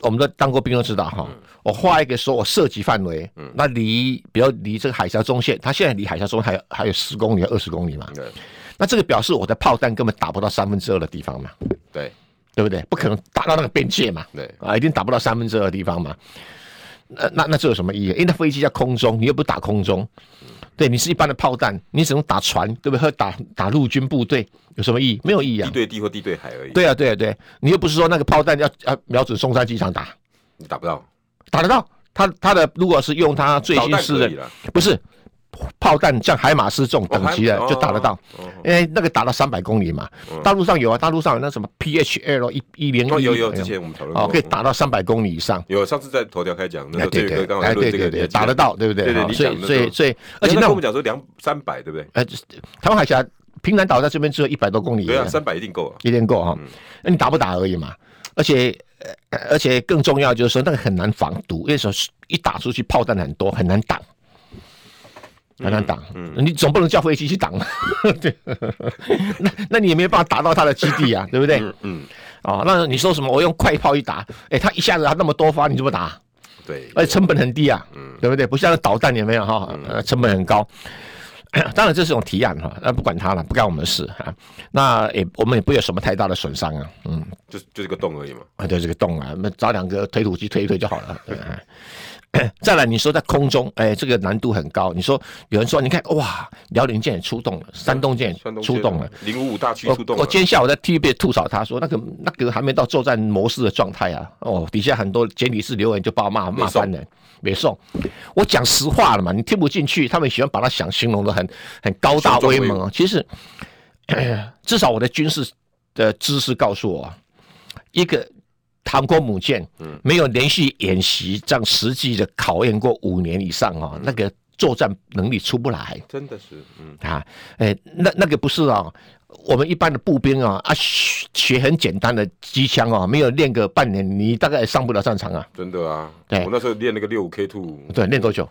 Speaker 2: 我们都当过兵都知道哈、我画一个说我涉及范围，那离比如离这个海峡中线，它现在离海峡中线还有还有十公里、二十公里嘛，
Speaker 1: 对
Speaker 2: 那这个表示我的炮弹根本打不到三分之二的地方嘛，
Speaker 1: 对
Speaker 2: 对不对？不可能打到那个边界嘛，
Speaker 1: 对，
Speaker 2: 啊，一定打不到三分之二的地方嘛。那那那这有什么意义？因为那飞机在空中，你又不打空中，对，你是一般的炮弹，你只能打船，对不对？和打打陆军部队有什么意义？没有意义
Speaker 1: 地
Speaker 2: 啊。
Speaker 1: 对地或地对海而已，
Speaker 2: 对啊，对啊，对啊，你又不是说那个炮弹要要瞄准松山机场打，
Speaker 1: 你打不到，
Speaker 2: 打得到。他他的如果是用他最
Speaker 1: 导
Speaker 2: 新
Speaker 1: 弹
Speaker 2: 式
Speaker 1: 可
Speaker 2: 的
Speaker 1: 以，了，
Speaker 2: 不是炮弹，像海马斯这种等级的
Speaker 1: 哦还
Speaker 2: 就打得到，
Speaker 1: 哦嗯
Speaker 2: 因为那个打到三百公里嘛。大陆上有啊，大陆上有那什么 PHL 一一零
Speaker 1: 哦，
Speaker 2: 一，
Speaker 1: 有有，之前我们讨论过，嗯
Speaker 2: 嗯哦，可以打到三百公里以上。
Speaker 1: 有上次在头条开讲，那时
Speaker 2: 哎，
Speaker 1: 候这
Speaker 2: 对
Speaker 1: 个
Speaker 2: 对，
Speaker 1: 刚好
Speaker 2: 哎，
Speaker 1: 论
Speaker 2: 对
Speaker 1: 这个你
Speaker 2: 对
Speaker 1: 还
Speaker 2: 对，
Speaker 1: 记得
Speaker 2: 打得，到，对不
Speaker 1: 对
Speaker 2: 对？
Speaker 1: 对
Speaker 2: 好
Speaker 1: 你
Speaker 2: 所
Speaker 1: 讲
Speaker 2: 以
Speaker 1: 的
Speaker 2: 所
Speaker 1: 时候哎
Speaker 2: 以所以，而
Speaker 1: 而
Speaker 2: 且
Speaker 1: 且
Speaker 2: 那
Speaker 1: 跟我
Speaker 2: 种
Speaker 1: 们讲说两三百，对不对？
Speaker 2: 呃，台湾海峡平南岛在这边只有一百多公里，
Speaker 1: 对啊，三百一定够啊。
Speaker 2: 一点够哈。那你打不打而已嘛，而且呃而且更重要就是说那个很难防毒，因为说一打出去炮弹很多，很难挡。很难挡，
Speaker 1: 嗯
Speaker 2: 你总不能叫飞机去挡， 对，那那你也没有办法打到他的基地啊，对不对？
Speaker 1: 嗯，
Speaker 2: 哦，那你说什么？我用快炮一打，哎、他一下子他那么多发，你怎么打？
Speaker 1: 对，
Speaker 2: 而且成本很低啊，
Speaker 1: 嗯
Speaker 2: 对不对？不像导弹有没有哈，呃，成本很高。 当然这是种提案哈，那不管它了，不干我们的事啊。那也我们也不会有什么太大的损伤啊，嗯，
Speaker 1: 就就这个洞而已嘛。
Speaker 2: 啊，对这个洞啊，那找两个推土机推一推就好了。对啊 再来，你说在空中，哎，这个难度很高。你说有人说，你看哇，辽宁舰也出动了，山东舰
Speaker 1: 山
Speaker 2: 也
Speaker 1: 东啊
Speaker 2: 出动了。，
Speaker 1: 零五五大区
Speaker 2: 我
Speaker 1: 出动了
Speaker 2: 我今天下午在 TVB 吐槽他说，那个那个还没到作战模式的状态啊！哦，底下很多简体字留言就把我骂骂翻了。北宋，我讲实话了嘛，你听不进去，他们喜欢把它想形容的很很高大威
Speaker 1: 雄壮
Speaker 2: 猛啊。其实、 呃至少我的军事的知识告诉我啊，一个航空母舰
Speaker 1: 嗯
Speaker 2: 没有连续演习这样实际的考验过五年以上
Speaker 1: 嗯
Speaker 2: 啊、那个作战能力出不来。
Speaker 1: 真的是，嗯，
Speaker 2: 啊，哎、那那个不是啊、我们一般的步兵啊啊学学很简单的机枪啊，没有练个半年，你大概也上不了战场啊。
Speaker 1: 真的啊。
Speaker 2: 对
Speaker 1: 我那时候练那个六五 K two，
Speaker 2: 对，练多久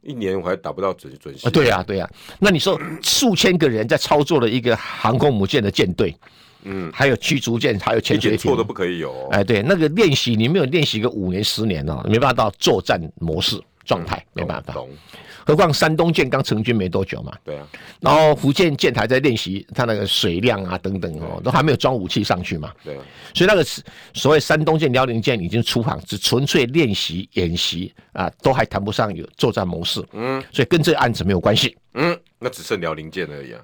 Speaker 1: 一年我还打不到准准
Speaker 2: 啊？
Speaker 1: 星。
Speaker 2: 对呀、对呀、那你说数千个人在操作了一个航空母舰的舰队，
Speaker 1: 嗯，
Speaker 2: 还有驱逐舰，还有
Speaker 1: 一
Speaker 2: 潜水
Speaker 1: 点错
Speaker 2: 艇
Speaker 1: 都，不可以有哦。
Speaker 2: 哎，对，那个练习你没有练习个五年十年哦，没办法到作战模式状态，没办法。
Speaker 1: 嗯懂？
Speaker 2: 何况山东舰刚成军没多久嘛，
Speaker 1: 对啊，
Speaker 2: 然后福建舰还在练习它那个水量啊等等哦，都还没有装武器上去嘛。
Speaker 1: 对啊，
Speaker 2: 所以那个是所谓山东舰、辽宁舰已经出航，只纯粹练习演习啊，都还谈不上有作战模式。
Speaker 1: 嗯
Speaker 2: 所以跟这个案子没有关系。
Speaker 1: 嗯，那只剩辽宁舰而已啊。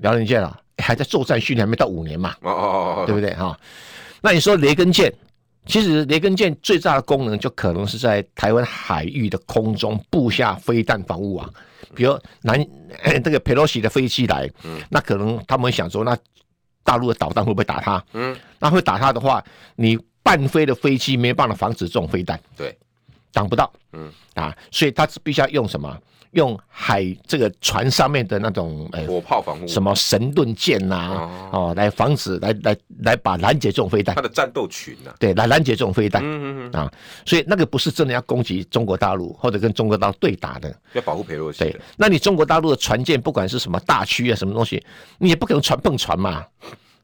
Speaker 2: 辽宁舰啊，还在作战训练，还没到五年嘛，
Speaker 1: 哦哦哦哦，
Speaker 2: 对不
Speaker 1: 对？
Speaker 2: 对哈、那你说雷根舰，其实雷根舰最大的功能就可能是在台湾海域的空中布下飞弹防护网，比如南 那个佩洛西的飞机来，那可能他们想说，那大陆的导弹会不会打它？
Speaker 1: 嗯，
Speaker 2: 那会打它的话，你半飞的飞机没办法防止这种飞弹，
Speaker 1: 对，
Speaker 2: 挡不到，
Speaker 1: 嗯
Speaker 2: 啊，所以它必须要用什么？用海这个船上面的那种呃
Speaker 1: 火炮防护，
Speaker 2: 什么神盾舰呐、哦，来防止来来来把拦截这种飞弹
Speaker 1: 它，的战斗群啊。
Speaker 2: 对，来拦截这种飞弹。
Speaker 1: 嗯嗯嗯，
Speaker 2: 啊，所以那个不是真的要攻击中国大陆或者跟中国大陆对打的，
Speaker 1: 要保护裴洛西
Speaker 2: 对
Speaker 1: 的。。
Speaker 2: 那你中国大陆的船舰，不管是什么大区啊，什么东西，你也不可能船碰船嘛，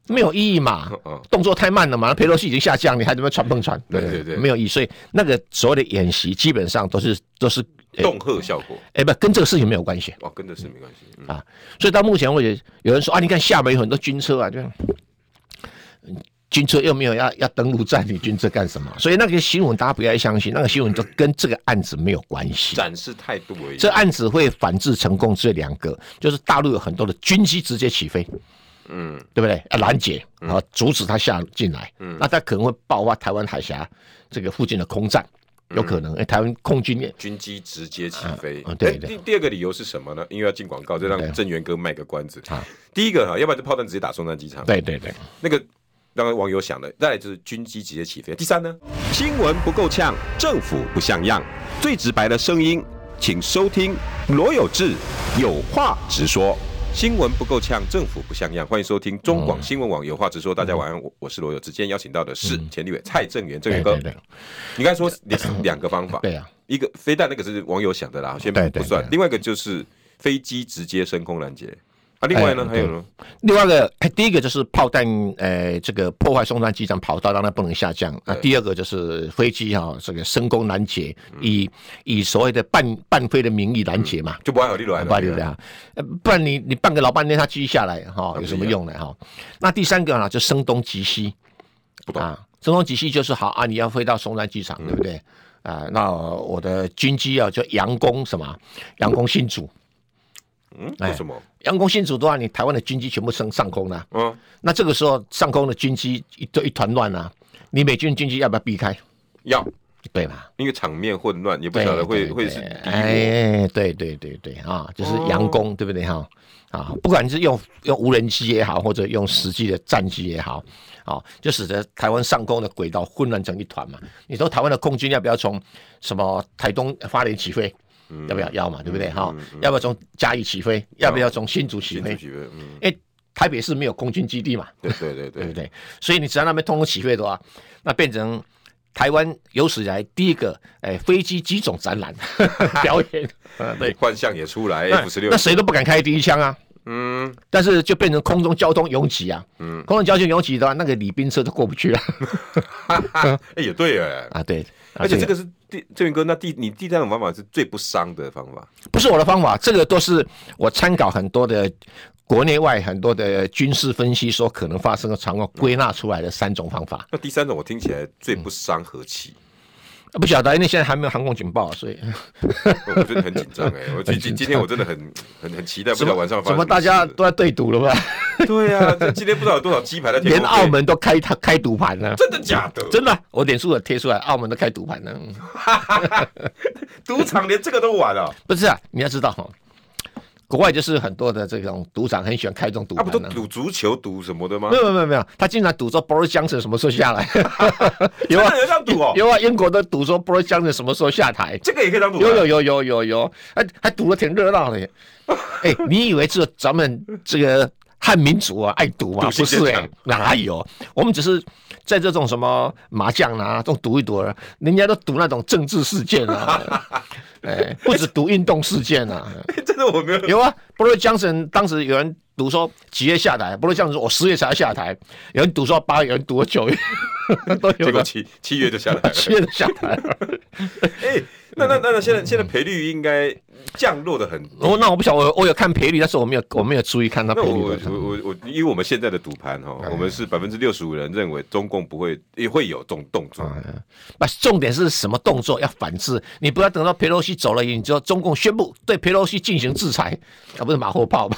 Speaker 2: 没有意义嘛
Speaker 1: 嗯，
Speaker 2: 动作太慢了嘛。裴洛西已经下降，你还怎么船碰船？
Speaker 1: 对
Speaker 2: 不
Speaker 1: 对对
Speaker 2: 没有意义。所以那个所谓的演习，基本上都是都是，哎、
Speaker 1: 恫吓效果
Speaker 2: 哎不跟这个事情没有关系。
Speaker 1: 哦，跟着是没关系。嗯
Speaker 2: 啊，所以到目前为止，有人说啊，你看厦门有很多军车啊，就嗯军车又没有要要登陆占领军车干什么？所以那个新闻大家不要相信，那个新闻都跟这个案子没有关系。
Speaker 1: 展示态度而已。
Speaker 2: 这案子会反制成功，只有两个，就是大陆有很多的军机直接起飞，
Speaker 1: 嗯，
Speaker 2: 对不对？要拦截，然后阻止他下进来，那他可能会爆发台湾海峡这个附近的空战，有可能，哎、台湾空军也
Speaker 1: 军机直接起飞。
Speaker 2: 啊啊对
Speaker 1: 哎
Speaker 2: 对
Speaker 1: 第第二个理由是什么呢？因为要进广告，这
Speaker 2: 对
Speaker 1: 让郑源哥卖个关子
Speaker 2: 好。
Speaker 1: 第一个哈，要不然就炮弹直接打松山机场，
Speaker 2: 对对对，
Speaker 1: 那个让网友想的。再来就是军机直接起飞。第三呢，
Speaker 3: 新闻不够呛，政府不像样，最直白的声音，请收听罗有志有话直说。
Speaker 1: 新闻不够呛，政府不像样。欢迎收听中广新闻网，有话直说。大家晚安，我我是罗有志。今天邀请到的是
Speaker 3: 嗯
Speaker 1: 前立委蔡正元，正
Speaker 2: 对
Speaker 1: 元哥
Speaker 2: 对。对
Speaker 1: 你刚才说两两个方法，
Speaker 2: 对啊，
Speaker 1: 一个飞弹那个是网友想的啦，先
Speaker 2: 对
Speaker 1: 不
Speaker 2: 对
Speaker 1: 算
Speaker 2: 对。
Speaker 1: 另外一个就是飞机直接升空拦截啊。另外呢，
Speaker 2: 哎
Speaker 1: 还有呢，
Speaker 2: 另外一个，哎第一个就是炮弹，呃，这个破坏松山机场跑道，让它不能下降。那、第二个就是飞机哈、这个升空拦截，以以所谓的半半飞的名义拦截嘛，
Speaker 1: 就不爱有利来
Speaker 2: 不然对啊，呃不然你你办个老半天，它机下来哈、
Speaker 1: 那不一样
Speaker 2: 有什么用呢哈、那第三个呢，就声东击西，
Speaker 1: 不懂嗯
Speaker 2: 啊，声东击西就是好啊，你要飞到松山机场，对不对？啊，那我的军机啊，就佯攻什么？佯攻新竹，
Speaker 1: 嗯，
Speaker 2: 哎
Speaker 1: 为什么？
Speaker 2: 佯攻新竹的话，你台湾的军机全部升上空了、啊
Speaker 1: 嗯，
Speaker 2: 那这个时候上空的军机一就一团乱啊，你美军军机要不要避开？
Speaker 1: 要
Speaker 2: 对吧？
Speaker 1: 因为场面混乱，也不
Speaker 2: 对，
Speaker 1: 晓得会
Speaker 2: 对
Speaker 1: 会
Speaker 2: 对
Speaker 1: 是敌我。
Speaker 2: 哎，对对对对啊，就是佯攻，对不对哈？啊，不管是用用无人机也好，或者用实际的战机也好，啊，就使得台湾上空的轨道混乱成一团嘛。你说台湾的空军要不要从什么台东花莲起飞？
Speaker 1: 嗯
Speaker 2: 要不要要嘛？对不对哈？要不要从嘉义起飞？要不要从新竹起
Speaker 1: 新
Speaker 2: 飞
Speaker 1: 主？席的，嗯，
Speaker 2: 因为台北市没有空军基地嘛。
Speaker 1: 对对对
Speaker 2: 对不
Speaker 1: 对，
Speaker 2: 对？所以你只要那边通通起飞的话，那变成台湾有史以来第一个哎飞机机种 展览表演，呃对，
Speaker 1: 幻象也出来
Speaker 2: 那
Speaker 1: ，F 嗯十六
Speaker 2: 那，谁都不敢开第一枪啊。
Speaker 1: 嗯，
Speaker 2: 但是就变成空中交通拥挤啊，
Speaker 1: 嗯
Speaker 2: 空中交通拥挤的话，那个礼宾车都过 不去了
Speaker 1: 哎也对哎，
Speaker 2: 啊，对，啊
Speaker 1: 而且这
Speaker 2: 个
Speaker 1: 个是第郑云哥，那第你第三种方法是最不伤的方法，
Speaker 2: 不是我的方法，这个都是我参考很多的国内外很多的军事分析所可能发生的状况归纳出来的三种方法。
Speaker 1: 那第三种我听起来最不伤和 气，
Speaker 2: 啊不晓得，因为现在还没有航空警报，所以。
Speaker 1: 哦我真的很紧张哎，我今今今天我真的很很很期待，不
Speaker 2: 怎
Speaker 1: 知道
Speaker 2: 么
Speaker 1: 晚上发
Speaker 2: 怎
Speaker 1: 生
Speaker 2: 么
Speaker 1: 什
Speaker 2: 大家
Speaker 1: 事
Speaker 2: 都在对赌了吧？
Speaker 1: 对啊，这今天不知道有多少鸡排在天
Speaker 2: 连
Speaker 1: 空飞
Speaker 2: 澳门都开他开赌盘了，
Speaker 1: 真的假的？
Speaker 2: 真的啊，我脸书有贴出来，澳门都开赌盘了。
Speaker 1: 赌场连这个都玩啊？
Speaker 2: 不是啊，你要知道哈，国外就是很多的这种赌场很喜欢开这种赌
Speaker 1: 他啊
Speaker 2: 盘啊
Speaker 1: 不都
Speaker 2: 的。
Speaker 1: 赌足球赌什么的吗
Speaker 2: 没？有没有没有没有，他经常赌说 Boris Johnson 什么时候下 来，有
Speaker 1: 真
Speaker 2: 啊
Speaker 1: 的有这样赌哦
Speaker 2: 有啊，英国的赌说 Boris Johnson 什么时候下台，
Speaker 1: 这个也可以当赌啊
Speaker 2: 有
Speaker 1: 盘。
Speaker 2: 有有有有有，还还赌的挺热闹的耶。哎、你以为只有咱们这个汉民族啊爱赌吗？
Speaker 1: 赌性
Speaker 2: 不是
Speaker 1: 坚
Speaker 2: 哎、
Speaker 1: 强
Speaker 2: 哪有？我们只是在这种什么麻将啊，这种赌一赌啊，人家都赌那种政治事件 啊，哎、不止赌运动事件啊。
Speaker 1: 真的我没有
Speaker 2: 有啊，布罗江森当时有人赌说几月下台，布罗江森说我十月才要下台，有人赌说八月，有人赌说九月， 都有
Speaker 1: 结果
Speaker 2: 人
Speaker 1: 七七月就下来 了。
Speaker 2: 七月就下台了。
Speaker 1: 哎，那那那那现在现在赔率应该降落的很低。
Speaker 2: 我那我不晓得，我我有看赔率，但是我没有我没有注意哦看他赔
Speaker 1: 那我
Speaker 2: 率
Speaker 1: 我
Speaker 2: 多少哎
Speaker 1: 我。我我，因为我们现在的赌盘哈，我们是百分之六十五人认为中共不会也会有这种动作，
Speaker 2: 哎那重点是什么动作要反制？你不要等到佩洛西走了，你就中共宣布对佩洛西进行制裁，啊，不是马后炮吗？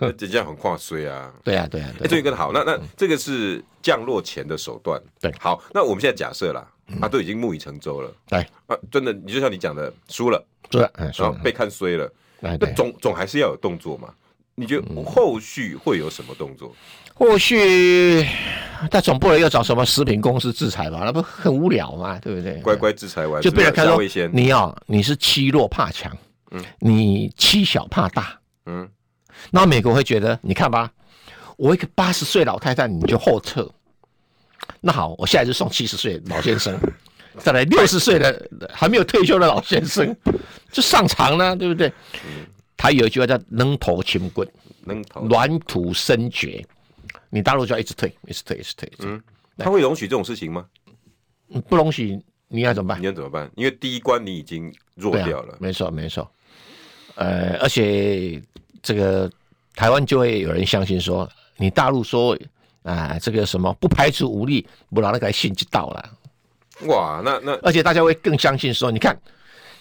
Speaker 1: 那这样很跨衰啊。
Speaker 2: 对啊， 对啊，
Speaker 1: 哎，这
Speaker 2: 对啊
Speaker 1: 一个好，那那这个是降落前的手段。
Speaker 2: 对
Speaker 1: 好，那我们现在假设啦，啊，都已经木已成舟了
Speaker 2: 对，
Speaker 1: 啊，真的，你就像你讲的，输了，
Speaker 2: 对啊，嗯，
Speaker 1: 然
Speaker 2: 说
Speaker 1: 后，被看衰了，
Speaker 2: 哎，
Speaker 1: 那
Speaker 2: 对。嗯
Speaker 1: 总总还是要有动作嘛？你觉得后续会有什么动作？
Speaker 2: 或许他总不能又找什么食品公司制裁吧？那不很无聊嘛，对不对？
Speaker 1: 乖乖制裁完，
Speaker 2: 就被人看
Speaker 1: 是不是夏
Speaker 2: 说
Speaker 1: 威先，
Speaker 2: 你要、你是欺弱怕强，你欺小怕大，
Speaker 1: 嗯，
Speaker 2: 那美国会觉得，你看吧，我一个八十岁老太太你就后撤，那好，我下一次送七十岁老先生，再来六十岁的还没有退休的老先生， 就上场了，对不对？他有一句话叫“扔头轻棍，
Speaker 1: 能投，
Speaker 2: 软土生绝”，你大陆就要一直退，一直退，一直退，一直退
Speaker 1: 他会容许这种事情吗？
Speaker 2: 不容许，你要怎么办
Speaker 1: 你？能怎么办？因为第一关你已经弱
Speaker 2: 对
Speaker 1: 掉
Speaker 2: 啊
Speaker 1: 了，，
Speaker 2: 没错没错。呃，而且这个台湾就会有人相信说，你大陆说啊、这个什么不排除武力，不然那个信就到了。
Speaker 1: 哇，那那
Speaker 2: 而且大家会更相信说，你看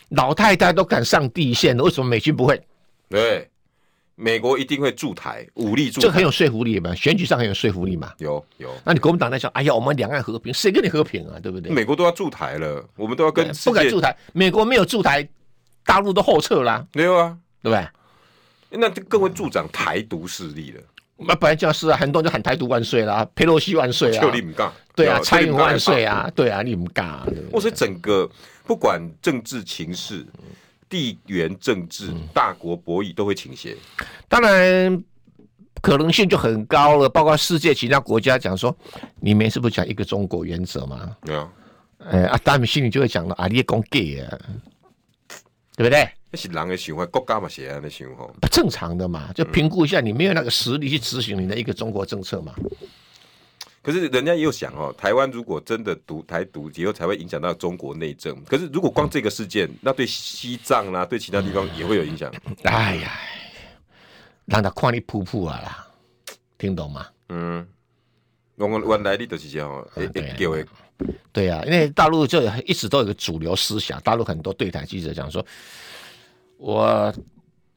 Speaker 2: 老太太都敢上第一线了，为什么美军不会？
Speaker 1: 对，美国一定会驻台，武力驻
Speaker 2: 这
Speaker 1: 台，
Speaker 2: 个很有说服力嘛，选举上很有说服力嘛。
Speaker 1: 有有，
Speaker 2: 那你国民党在想，哎呀，我们两岸和平，谁跟你和平啊？对不对？呃
Speaker 1: 美国都要驻台了，我们都要跟世
Speaker 2: 不敢
Speaker 1: 界
Speaker 2: 驻台，美国没有驻台，大陆都后撤啦，
Speaker 1: 没有啊，
Speaker 2: 对不对？
Speaker 1: 那就更会助长台独势力了。
Speaker 2: 我们本来就是啊，很多人就喊台独万岁啦，佩洛西万岁啊
Speaker 1: 就，你们杠，
Speaker 2: 对啊，蔡英文万岁
Speaker 1: 啊！
Speaker 2: 啊，对啊，你们干啊？对不对
Speaker 1: 或是整个不管政治情势、地缘政治、
Speaker 2: 嗯
Speaker 1: 大国博弈都会倾斜。
Speaker 2: 当然可能性就很高了，包括世界其他国家讲说，你们是不是讲一个中国原则嘛？
Speaker 1: 对啊，
Speaker 2: 哎、啊，他们心里就会讲了，啊，你也讲 gay 啊，对不对？
Speaker 1: 那是人的想法，国家嘛是安尼想吼。
Speaker 2: 不正常的嘛，就评估一下，你没有那个实力去执行你的一个中国政策嘛。
Speaker 1: 可是人家也有想哦，台湾如果真的独台独，以后才会影响到中国内政。可是如果光这个事件，那对西藏啊啦、对其他地方也会有影响。
Speaker 2: 哎呀，让他看你噗噗啊啦，听懂吗？
Speaker 1: 嗯，我我原来你就是这样哦，会
Speaker 2: 对啊
Speaker 1: 会叫的
Speaker 2: 对呀、因为大陆就有一直都有个主流思想，大陆很多对台记者讲说，我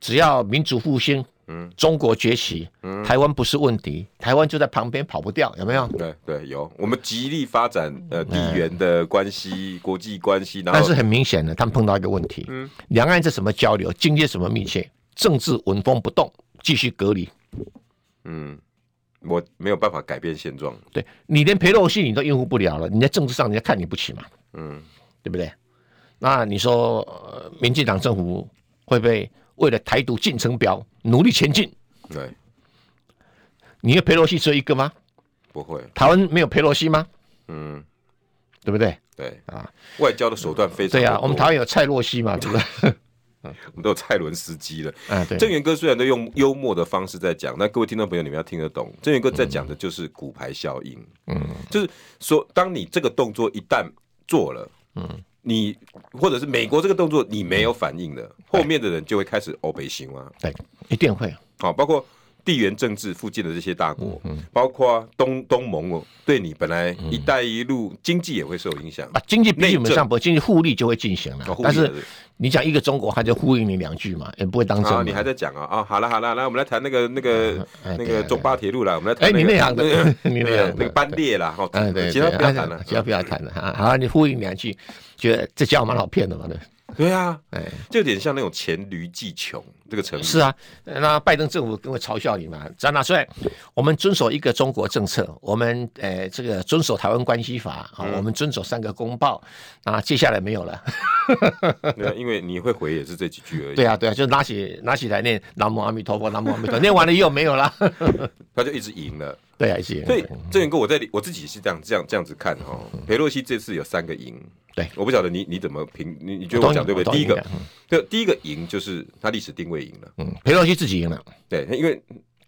Speaker 2: 只要民族复兴，嗯，中国崛起，嗯，台湾不是问题，台湾就在旁边跑不掉，有没有？
Speaker 1: 对对有，我们极力发展呃地缘的关系、国际关系，然
Speaker 2: 嗯但
Speaker 1: 后
Speaker 2: 是很明显的，他们碰到一个问题，嗯，两岸在什么交流，经济什么密切，政治纹风不动，继续隔离。
Speaker 1: 嗯，我没有办法改变现状。
Speaker 2: 对你连裴洛西你都应付不了了，你在政治上人家看你不起嘛，
Speaker 1: 嗯，
Speaker 2: 对不对？那你说，呃、民进党政府会不会为了台独进程表努力前进？
Speaker 1: 对，
Speaker 2: 你的佩洛西只有一个吗？
Speaker 1: 不会，
Speaker 2: 台湾没有佩洛西吗？
Speaker 1: 嗯，
Speaker 2: 对不对？
Speaker 1: 对
Speaker 2: 啊，
Speaker 1: 外交的手段非常
Speaker 2: 对呀、
Speaker 1: 多
Speaker 2: 我们台湾有蔡洛西嘛，对不对？
Speaker 1: 我们都有蔡伦斯基了。
Speaker 2: 啊，对，
Speaker 1: 郑源哥虽然都用幽默的方式在讲，但各位听众朋友，你们要听得懂。郑源哥在讲的就是骨牌效应，嗯，就是说，当你这个动作一旦做了，嗯，你或者是美国这个动作你没有反应的，后面的人就会开始欧北行啊，
Speaker 2: 对，一定会。
Speaker 1: 好，包括地缘政治附近的这些大国，
Speaker 2: 嗯
Speaker 1: 包括东东盟哦，对你本来“一带一路”经济也会受影响，
Speaker 2: 啊，经济比
Speaker 1: 内
Speaker 2: 基
Speaker 1: 政
Speaker 2: 本上不，经济互利就会进行了。
Speaker 1: 哦互利
Speaker 2: 但是
Speaker 1: 的
Speaker 2: 你讲一个中国，他就呼应你两句嘛，也不会当真嘛。
Speaker 1: 啊，你还在讲啊啊，好了好了，来我们来谈那个那个
Speaker 2: 哎
Speaker 1: 那
Speaker 2: 对
Speaker 1: 个
Speaker 2: 啊
Speaker 1: 中巴铁路啦，我们来
Speaker 2: 哎
Speaker 1: 谈
Speaker 2: 你
Speaker 1: 那
Speaker 2: 内
Speaker 1: 个
Speaker 2: 行的 你内
Speaker 1: 那
Speaker 2: 行
Speaker 1: 个
Speaker 2: 的
Speaker 1: 那个班列啦，好
Speaker 2: 哎，，对，
Speaker 1: 其他
Speaker 2: 对
Speaker 1: 不要谈了嗯
Speaker 2: 啊，其他不要谈了啊！好，你呼应两句，觉得这家伙蛮好骗的嘛，对。
Speaker 1: 对啊，
Speaker 2: 哎，
Speaker 1: 就有点像那种黔驴技穷这个成语，
Speaker 2: 是啊，呃那拜登政府跟我嘲笑你嘛，张大帅，我们遵守一个中国政策，我们呃这个遵守台湾关系法啊，
Speaker 1: 嗯
Speaker 2: 我们遵守三个公报啊，接下来没有了。
Speaker 1: 对啊，因为你会回也是这几句而已，
Speaker 2: 对啊，对啊，就拿起拿起来念南无阿弥陀佛，南无阿弥陀，佛，念完了又没有了。
Speaker 1: 他就一直赢了。
Speaker 2: 对啊，是。
Speaker 1: 所以郑源哥，我在里我自己是这样这样这样子看哈、哦，裴洛西这次有三个赢，
Speaker 2: 嗯对
Speaker 1: 我不晓得你你怎么评，你你觉得我讲对不对？
Speaker 2: 我同
Speaker 1: 第
Speaker 2: 意
Speaker 1: 一个
Speaker 2: 我同意，
Speaker 1: 对，第一个赢就是他历史定位赢了，
Speaker 2: 嗯，裴洛西自己赢了，
Speaker 1: 对，因为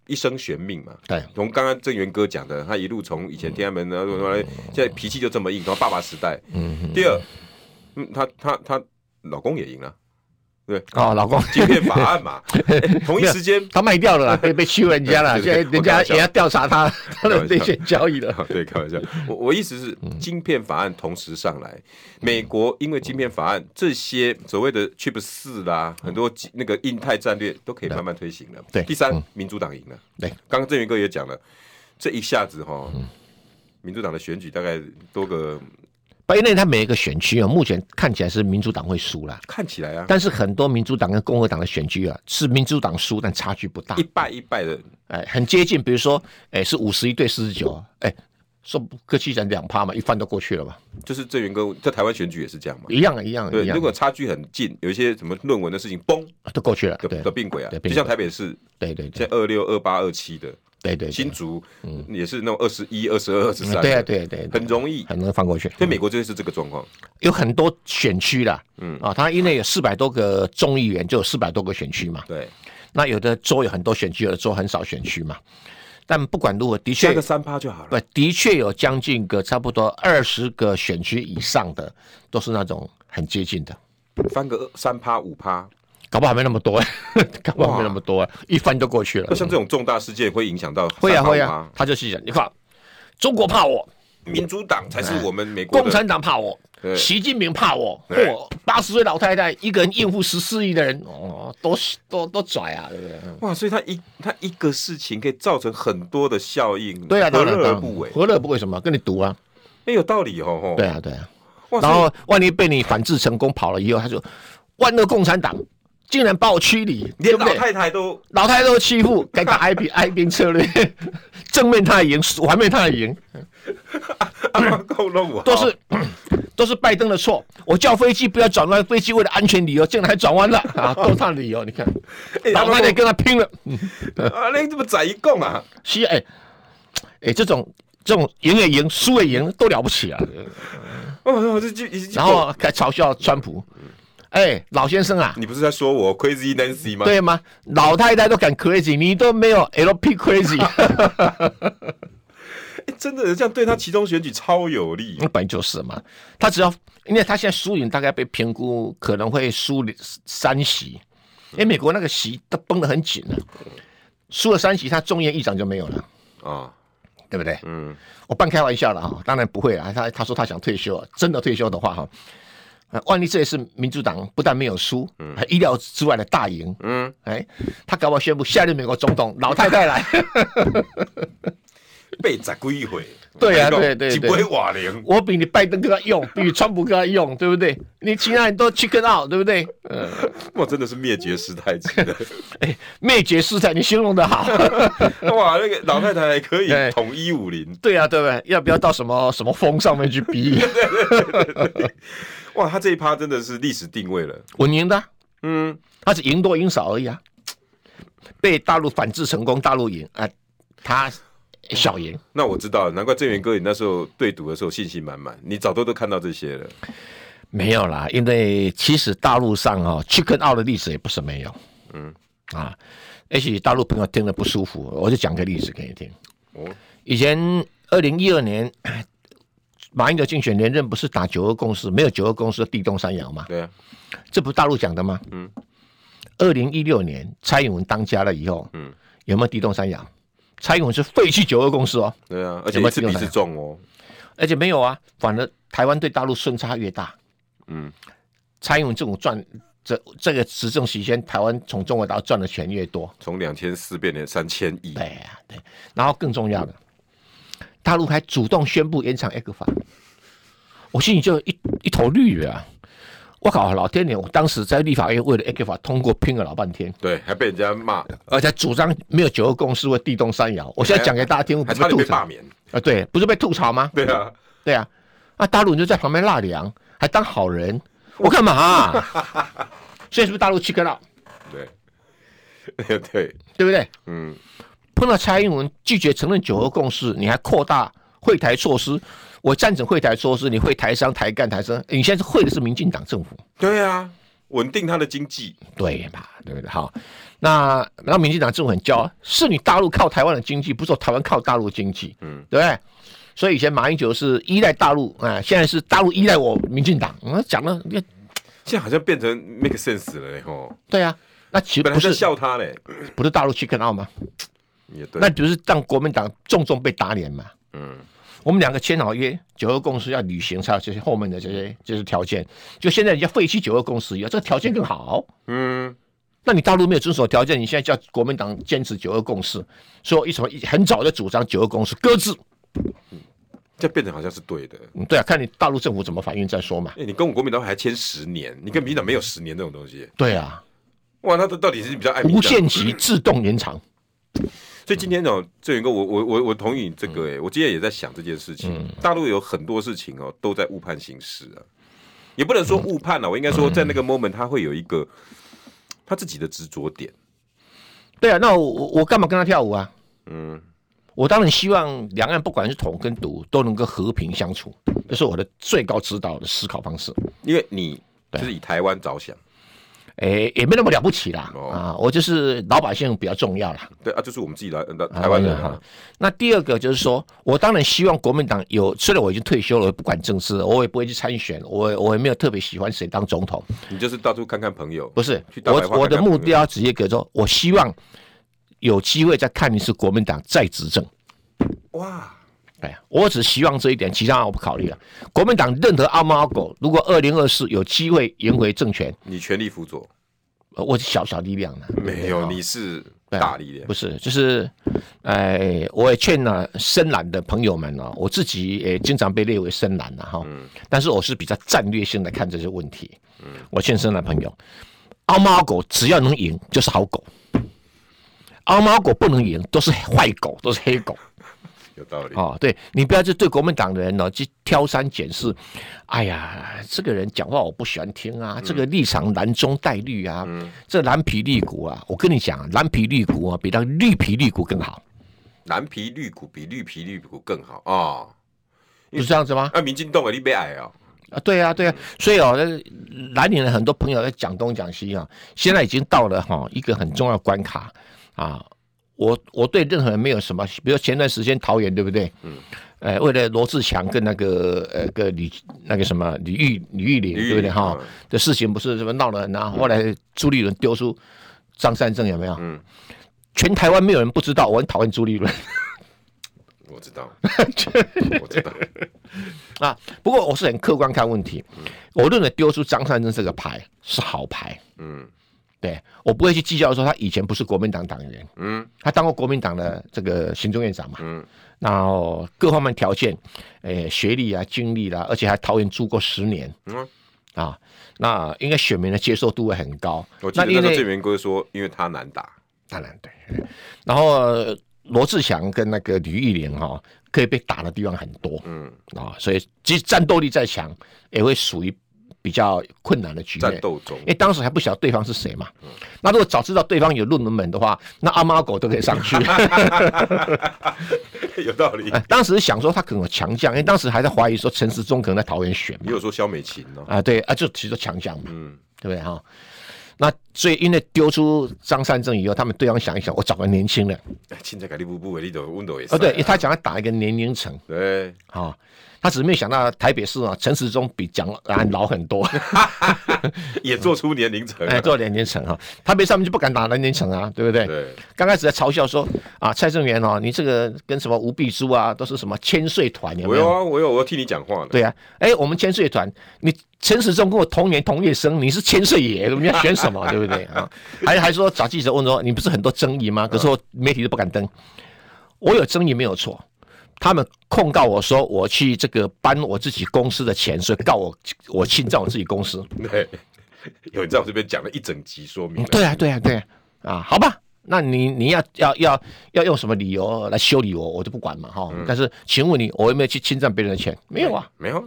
Speaker 1: 一生悬命嘛。
Speaker 2: 对，
Speaker 1: 从刚刚郑源哥讲的，他一路从以前天安门然后哎现在脾气就这么硬，然后爸爸时代。嗯。第二，嗯，她她她老公也赢了，
Speaker 2: 哦，老公，
Speaker 1: 芯片法案嘛，哎同一时 间
Speaker 2: 他卖 掉了啦，被被欺负人家了，
Speaker 1: 对
Speaker 2: 现
Speaker 1: 对
Speaker 2: 在
Speaker 1: 对
Speaker 2: 人家
Speaker 1: 我开玩笑
Speaker 2: 也要调查他他的内线交易了。
Speaker 1: 啊 对，开玩笑。我我意思是，
Speaker 2: 嗯
Speaker 1: 晶片法案同时上来，美国因为晶片法案，这些所谓的 Chip 四啦，很多那个印太战略都可以慢慢推行了。
Speaker 2: 嗯对嗯
Speaker 1: 第三，民主党赢了。
Speaker 2: 对，嗯
Speaker 1: 刚刚郑源哥也讲了，这一下子哈，民主党的选举大概多个
Speaker 2: 因为他每一个选区啊，目前看起来是民主党会输啦。
Speaker 1: 看起来啊，
Speaker 2: 但是很多民主党跟共和党的选举啊，是民主党输，但差距不大
Speaker 1: 一，败一败的，
Speaker 2: 哎，很接近。比如说，哎，是五十一对四十九，哎，说不客气讲两趴嘛，一翻都过去了嘛，
Speaker 1: 就是郑源哥在台湾选举也是这样嘛。
Speaker 2: 一样啊，一样啊，
Speaker 1: 对，
Speaker 2: 一样
Speaker 1: 如，果差距很近，有一些什么论文的事情，嘣
Speaker 2: 都过去了，
Speaker 1: 的
Speaker 2: 对，
Speaker 1: 的并轨啊，
Speaker 2: 对
Speaker 1: 就
Speaker 2: 并轨
Speaker 1: 像台北市
Speaker 2: 对对对
Speaker 1: 现在二六、二八、二七的，
Speaker 2: 对对，
Speaker 1: 新竹也是那种二十一、二十二、二十三，
Speaker 2: 对啊，对对，
Speaker 1: 很容易。
Speaker 2: 很容易翻过去。
Speaker 1: 所以美国就是这个状况，
Speaker 2: 有很多选区啦，嗯啊，他因为有四百多个众议员，就有四百多个选区嘛。
Speaker 1: 对，
Speaker 2: 那有的州有很多选区，有的州很少选区嘛。但不管如何，的
Speaker 1: 加
Speaker 2: 确
Speaker 1: 个三趴就好
Speaker 2: 不
Speaker 1: 了。，
Speaker 2: 的确有将近个差不多二十个选区以上的，都是那种很接近的，
Speaker 1: 翻个三趴、五
Speaker 2: 嗯
Speaker 1: 趴，
Speaker 2: 搞不好没那么多， 搞不好没那么多，一翻就过去了
Speaker 1: 那。像这种重大事件会影响到
Speaker 2: 会啊
Speaker 1: 3%
Speaker 2: 会
Speaker 1: 5%
Speaker 2: 啊，他就是讲，你看中国怕我，
Speaker 1: 民主党才是我们美国的
Speaker 2: 共产党怕我
Speaker 1: 对，
Speaker 2: 习近平怕我，
Speaker 1: 对
Speaker 2: 嚯，八十岁老太太一个人应付十四亿的人，哦，多多多拽啊，对不对？嗯
Speaker 1: 哇，所以他一他一个事情可以造成很多的效应，
Speaker 2: 对
Speaker 1: 何
Speaker 2: 啊，当然，
Speaker 1: 乐而
Speaker 2: 当
Speaker 1: 不为
Speaker 2: 然，？何乐而不为什么？跟你赌啊，
Speaker 1: 哎，有道理哦，吼
Speaker 2: 对，啊，对啊。
Speaker 1: 哇
Speaker 2: 然后万一被你反制成功跑了以后，他就万恶共产党竟然把我驱离，
Speaker 1: 所以
Speaker 2: 对
Speaker 1: 连
Speaker 2: 不
Speaker 1: 老
Speaker 2: 对？
Speaker 1: 太太 都
Speaker 2: 老太太都欺负， 该打挨兵挨兵策略，正面他也赢，反面他
Speaker 1: 哦
Speaker 2: 也赢，
Speaker 1: 啊够弄我，
Speaker 2: 都是 都是拜登的错。我叫飞机不要转弯，飞机为了安全理由竟然还转 弯了啊，都是他的理由。你看，
Speaker 1: 哎
Speaker 2: 老太太跟他拼了。
Speaker 1: 啊，那怎么宰一共啊？
Speaker 2: 是啊哎哎，这种这种赢也赢，输也赢，都了不起啊！
Speaker 1: 哦，这就已经
Speaker 2: 然后还嘲笑川普，哎，老先生啊，
Speaker 1: 你不是在说我 Crazy Nancy 吗？
Speaker 2: 对吗？老太太都敢 crazy，你都没有 LP crazy，
Speaker 1: 哎，真的这样对他其中选举超有利
Speaker 2: 那，本来就是嘛。他只要，因为他现在输赢大概被评估可能会输三席，因为美国那个席都绷得很紧了、输了三席，他众议院议长就没有了，
Speaker 1: 啊，
Speaker 2: 对不对？
Speaker 1: 嗯，
Speaker 2: 我半开玩笑了啊，当然不会啊。他他说他想退休，啊真的退休的话哈，呃万一这一次民主党不但没有输，还意料之外的大赢，
Speaker 1: 嗯，
Speaker 2: 哎，他搞不好宣布下一任美国总统老太太来，
Speaker 1: 被宰归一回，
Speaker 2: 对啊
Speaker 1: 我跟你讲
Speaker 2: 对对
Speaker 1: 几
Speaker 2: 对
Speaker 1: 不会瓦零，
Speaker 2: 我比你拜登更要用，比你川普更要用，对不对？你其他人都 chicken out，对不对？呃，
Speaker 1: 哇，真的是灭绝师太级的，
Speaker 2: 哎，灭绝师太，你形容的好。
Speaker 1: 哇，那个老太太还可以
Speaker 2: 对
Speaker 1: 统一武林，
Speaker 2: 对啊，对不对？要不要到什么什么峰上面去比？
Speaker 1: 哇，他这一趴真的是历史定位了，
Speaker 2: 我赢的啊，
Speaker 1: 嗯，
Speaker 2: 他只赢多赢少而已啊。被大陆反制成功，大陆赢啊，他小赢。
Speaker 1: 那我知道了，难怪郑源哥你那时候对赌的时候信心满满，你早都都看到这些了，
Speaker 2: 没有啦，因为其实大陆上哈、哦、chicken out 的例子也不是没有，嗯啊，也许大陆朋友听了不舒服，我就讲个例子给你听。
Speaker 1: 哦，
Speaker 2: 以前二零一二年 马英九竞选连任，不是打九二共识，没有九二共识地动山摇嘛？
Speaker 1: 对啊，
Speaker 2: 这不是大陆讲的吗？
Speaker 1: 嗯。
Speaker 2: 二零一六年蔡英文当家了以后，嗯，有没有地动山摇？蔡英文是废弃九二共识哦，
Speaker 1: 对啊，而且
Speaker 2: 有
Speaker 1: 一
Speaker 2: 没有
Speaker 1: 次
Speaker 2: 听
Speaker 1: 比
Speaker 2: 懂
Speaker 1: 一次重哦，
Speaker 2: 而且没有啊，反而台湾对大陆顺差越大。
Speaker 1: 嗯，
Speaker 2: 蔡英文政府赚这这个执政期间，台湾从中国大陆赚的钱越多。
Speaker 1: 从两千四变成三千亿，
Speaker 2: 对呀、对。然后更重要的，大陆还主动宣布延长 A 股法，我心里就一一头绿啊！我靠，老天爷！我当时在立法院为了 A 股法通过拼了老半天，
Speaker 1: 对，还被人家骂，
Speaker 2: 而且主张没有九二共识会地动山摇。我现在讲给大家听，
Speaker 1: 还差
Speaker 2: 不是
Speaker 1: 点
Speaker 2: 吐
Speaker 1: 被
Speaker 2: 槽
Speaker 1: 罢
Speaker 2: 啊、
Speaker 1: 免，
Speaker 2: 对，不是被吐槽吗？
Speaker 1: 对啊。
Speaker 2: 对啊，啊，大陆人就在旁边纳凉，还当好人，我干嘛、啊？ 所以是不是大陆去跟了，
Speaker 1: 对，对，
Speaker 2: 对不对？
Speaker 1: 嗯，
Speaker 2: 碰到蔡英文拒绝承认九二共识，你还扩大会台措施，我赞成会台措施，你会台商、台干、台商，你现在是会的是民进党政府，
Speaker 1: 对啊，稳定他的经济，
Speaker 2: 对吧？对不对？好，那让民进党政府很骄傲，是你大陆靠台湾的经济，不是我台湾靠大陆经济，
Speaker 1: 嗯，
Speaker 2: 对不对？所以以前马英九是依赖大陆，啊、现在是大陆依赖我民进党，嗯，讲了，你看
Speaker 1: 现在好像变成 make sense 了嘞吼，
Speaker 2: 对啊，那其实
Speaker 1: 本来
Speaker 2: 不
Speaker 1: 在
Speaker 2: 是
Speaker 1: 笑他嘞，
Speaker 2: 不是大陆去跟澳吗？
Speaker 1: 也对，
Speaker 2: 那就是让国民党重重被打脸嘛。
Speaker 1: 嗯，
Speaker 2: 我们两个签好约，九二共识要履行，才有这些后面的这些这些条件。就现在人家废弃九二共识以后，这个条件更好。
Speaker 1: 嗯，
Speaker 2: 那你大陆没有遵守条件，你现在叫国民党坚持九二共识，说一什么一很早就主张九二共识搁置，
Speaker 1: 这变成好像是对的。
Speaker 2: 嗯，对啊，看你大陆政府怎么反应再说嘛。
Speaker 1: 哎、你跟我国民党还签十年，你跟民进党没有十年这种东西，
Speaker 2: 对啊，
Speaker 1: 哇，那到底是比较爱民
Speaker 2: 无
Speaker 1: 进党
Speaker 2: 限期自动延长，
Speaker 1: 所以今天哦，郑源哥，我我我我同意你这
Speaker 2: 嗯
Speaker 1: 个哎、我今天也在想这件事情。大陆有很多事情哦，都在误判形势啊，也不能说误判了、啊我应该
Speaker 2: 嗯
Speaker 1: 说在那个 moment 他会有一个他自己的执着点。
Speaker 2: 对啊，那我我我干嘛跟他跳舞啊？
Speaker 1: 嗯，
Speaker 2: 我当然希望两岸不管是统跟独都能够和平相处，这是我的最高指导的思考方式。
Speaker 1: 因为你就是以台湾着想，
Speaker 2: 诶、也没那么了不起啦、
Speaker 1: 哦
Speaker 2: 啊！我就是老百姓比较重要啦，
Speaker 1: 对啊，就是我们自己来呃
Speaker 2: 啊
Speaker 1: 台湾人
Speaker 2: 当然
Speaker 1: 啊
Speaker 2: 哈，。那第二个就是说，我当然希望国民党有，虽然我已经退休了，我不管政治，我也不会去参选，我我也没有特别喜欢谁当总统，
Speaker 1: 你就是到处看看朋友，
Speaker 2: 不是
Speaker 1: 去大白话
Speaker 2: 我我的
Speaker 1: 看看
Speaker 2: 目
Speaker 1: 朋友
Speaker 2: 标直接给说，我希望有机会再看一次国民党再执政，
Speaker 1: 哇，
Speaker 2: 哎，我只希望这一点，其他我不考虑了。国民党任何阿猫阿狗，如果二零二四有机会赢回政权，
Speaker 1: 你全力辅佐，
Speaker 2: 呃我是小小力量了。
Speaker 1: 没有，你是
Speaker 2: 对啊
Speaker 1: 大力量
Speaker 2: 不。是，就是，哎，我也劝了、深蓝的朋友们呢、啊我自己也经常被列为深蓝了哈，但是我是比较战略性的看这些问题。我劝深蓝朋友，阿猫阿狗只要能赢就是好狗，阿猫阿狗不能赢都是坏狗，都是黑狗。
Speaker 1: 有道理。
Speaker 2: 哦，对你不要就对国民党的人呢、哦去挑三拣四，哎呀，这个人讲话我不喜欢听啊，这个立场蓝中带绿啊，这蓝皮绿骨啊，我跟你讲啊，蓝皮绿骨啊，比那绿皮绿骨更好，
Speaker 1: 蓝皮绿骨比绿皮绿骨更好啊！
Speaker 2: 不是这样子吗？
Speaker 1: 啊，民进党啊，你别矮哦，
Speaker 2: 啊，对啊，对啊，所以哦，那蓝领的很多朋友在讲东讲西啊，现在已经到了哈、一个很重要的关卡啊。我我对任何人没有什么，比如前段时间桃园对不对？嗯，呃，为了罗志强跟那个呃个李那个什么李玉李玉玲
Speaker 1: 李玉
Speaker 2: 对不对
Speaker 1: 玲
Speaker 2: 哈
Speaker 1: 嗯？
Speaker 2: 的事情不是什么闹得很啊，后来朱立伦丢出张善政有没有？
Speaker 1: 嗯，
Speaker 2: 全台湾没有人不知道，我很讨厌朱立伦。
Speaker 1: 我知 道，我知道，
Speaker 2: 啊，不过我是很客观看问题，我认为丢出张善政这个牌是好牌，
Speaker 1: 嗯
Speaker 2: 对我不会去计较说他以前不是国民党党员，
Speaker 1: 嗯
Speaker 2: 他当过国民党的这个行政院长嘛，
Speaker 1: 嗯，
Speaker 2: 然后各方面条件，呃，学历啊、经历啦、而且还桃园住过十年，
Speaker 1: 嗯
Speaker 2: 啊，那应该选民的接受度会很高。
Speaker 1: 我记得那
Speaker 2: 因
Speaker 1: 时候
Speaker 2: 为
Speaker 1: 郑元哥说，因为他难打，
Speaker 2: 当然对，然后呃罗志祥跟那个吕玉玲哈、可以被打的地方很多，
Speaker 1: 嗯，
Speaker 2: 啊，所以即使战斗力再强，也会属于比较困难的局面
Speaker 1: 战。斗嗯中
Speaker 2: 因为当时还不晓得对方是谁嘛。那如果早知道对方有论文门的话，那阿猫阿狗都可以上 去。哎
Speaker 1: 有道理。
Speaker 2: 当时想说他可能有强项，因为当时还在怀疑说陈时中可能在桃园选
Speaker 1: 你
Speaker 2: 嘛。
Speaker 1: 有说肖美琴哦，
Speaker 2: 啊，对啊，就其实强项嘛，
Speaker 1: 嗯，
Speaker 2: 对不对哈？那所以因为丢出张善政以后，他们对方想一想，我找个年轻人。
Speaker 1: 哎现在改立不不为你的温度也是啊
Speaker 2: 哦，对，他想要打一个年龄层
Speaker 1: 对，
Speaker 2: 啊、他只是没有想到台北市啊，陈时中比蒋安老很多。
Speaker 1: 也做出年龄层，
Speaker 2: 哎，做年龄层哈，台北上面就不敢打年龄层啊，对不对？
Speaker 1: 对，
Speaker 2: 刚开始在嘲笑说啊，蔡正元哦，你这个跟什么吴碧珠啊，都是什么千岁团有
Speaker 1: 我
Speaker 2: 没
Speaker 1: 有
Speaker 2: 哎有？
Speaker 1: 啊，我有，我要替你讲话的。
Speaker 2: 对啊，哎，我们千岁团，你陈时中跟我同年同月生，你是千岁爷，你要选什么，对不对啊？还还说找记者问说，你不是很多争议吗？可是我媒体都不敢登，我有争议没有错，他们控告我说我去这个搬我自己公司的钱，所以告我我侵占我自己公司。
Speaker 1: 对，有你在我这边讲了一整集说明
Speaker 2: 嗯
Speaker 1: 了，
Speaker 2: 对啊，对啊，对啊，啊，好吧，那你你要要要要用什么理嗯由来修理我，我就不管嘛哈。但是，请问你，我有没有去侵占别人的钱？没有啊，
Speaker 1: 没有啊，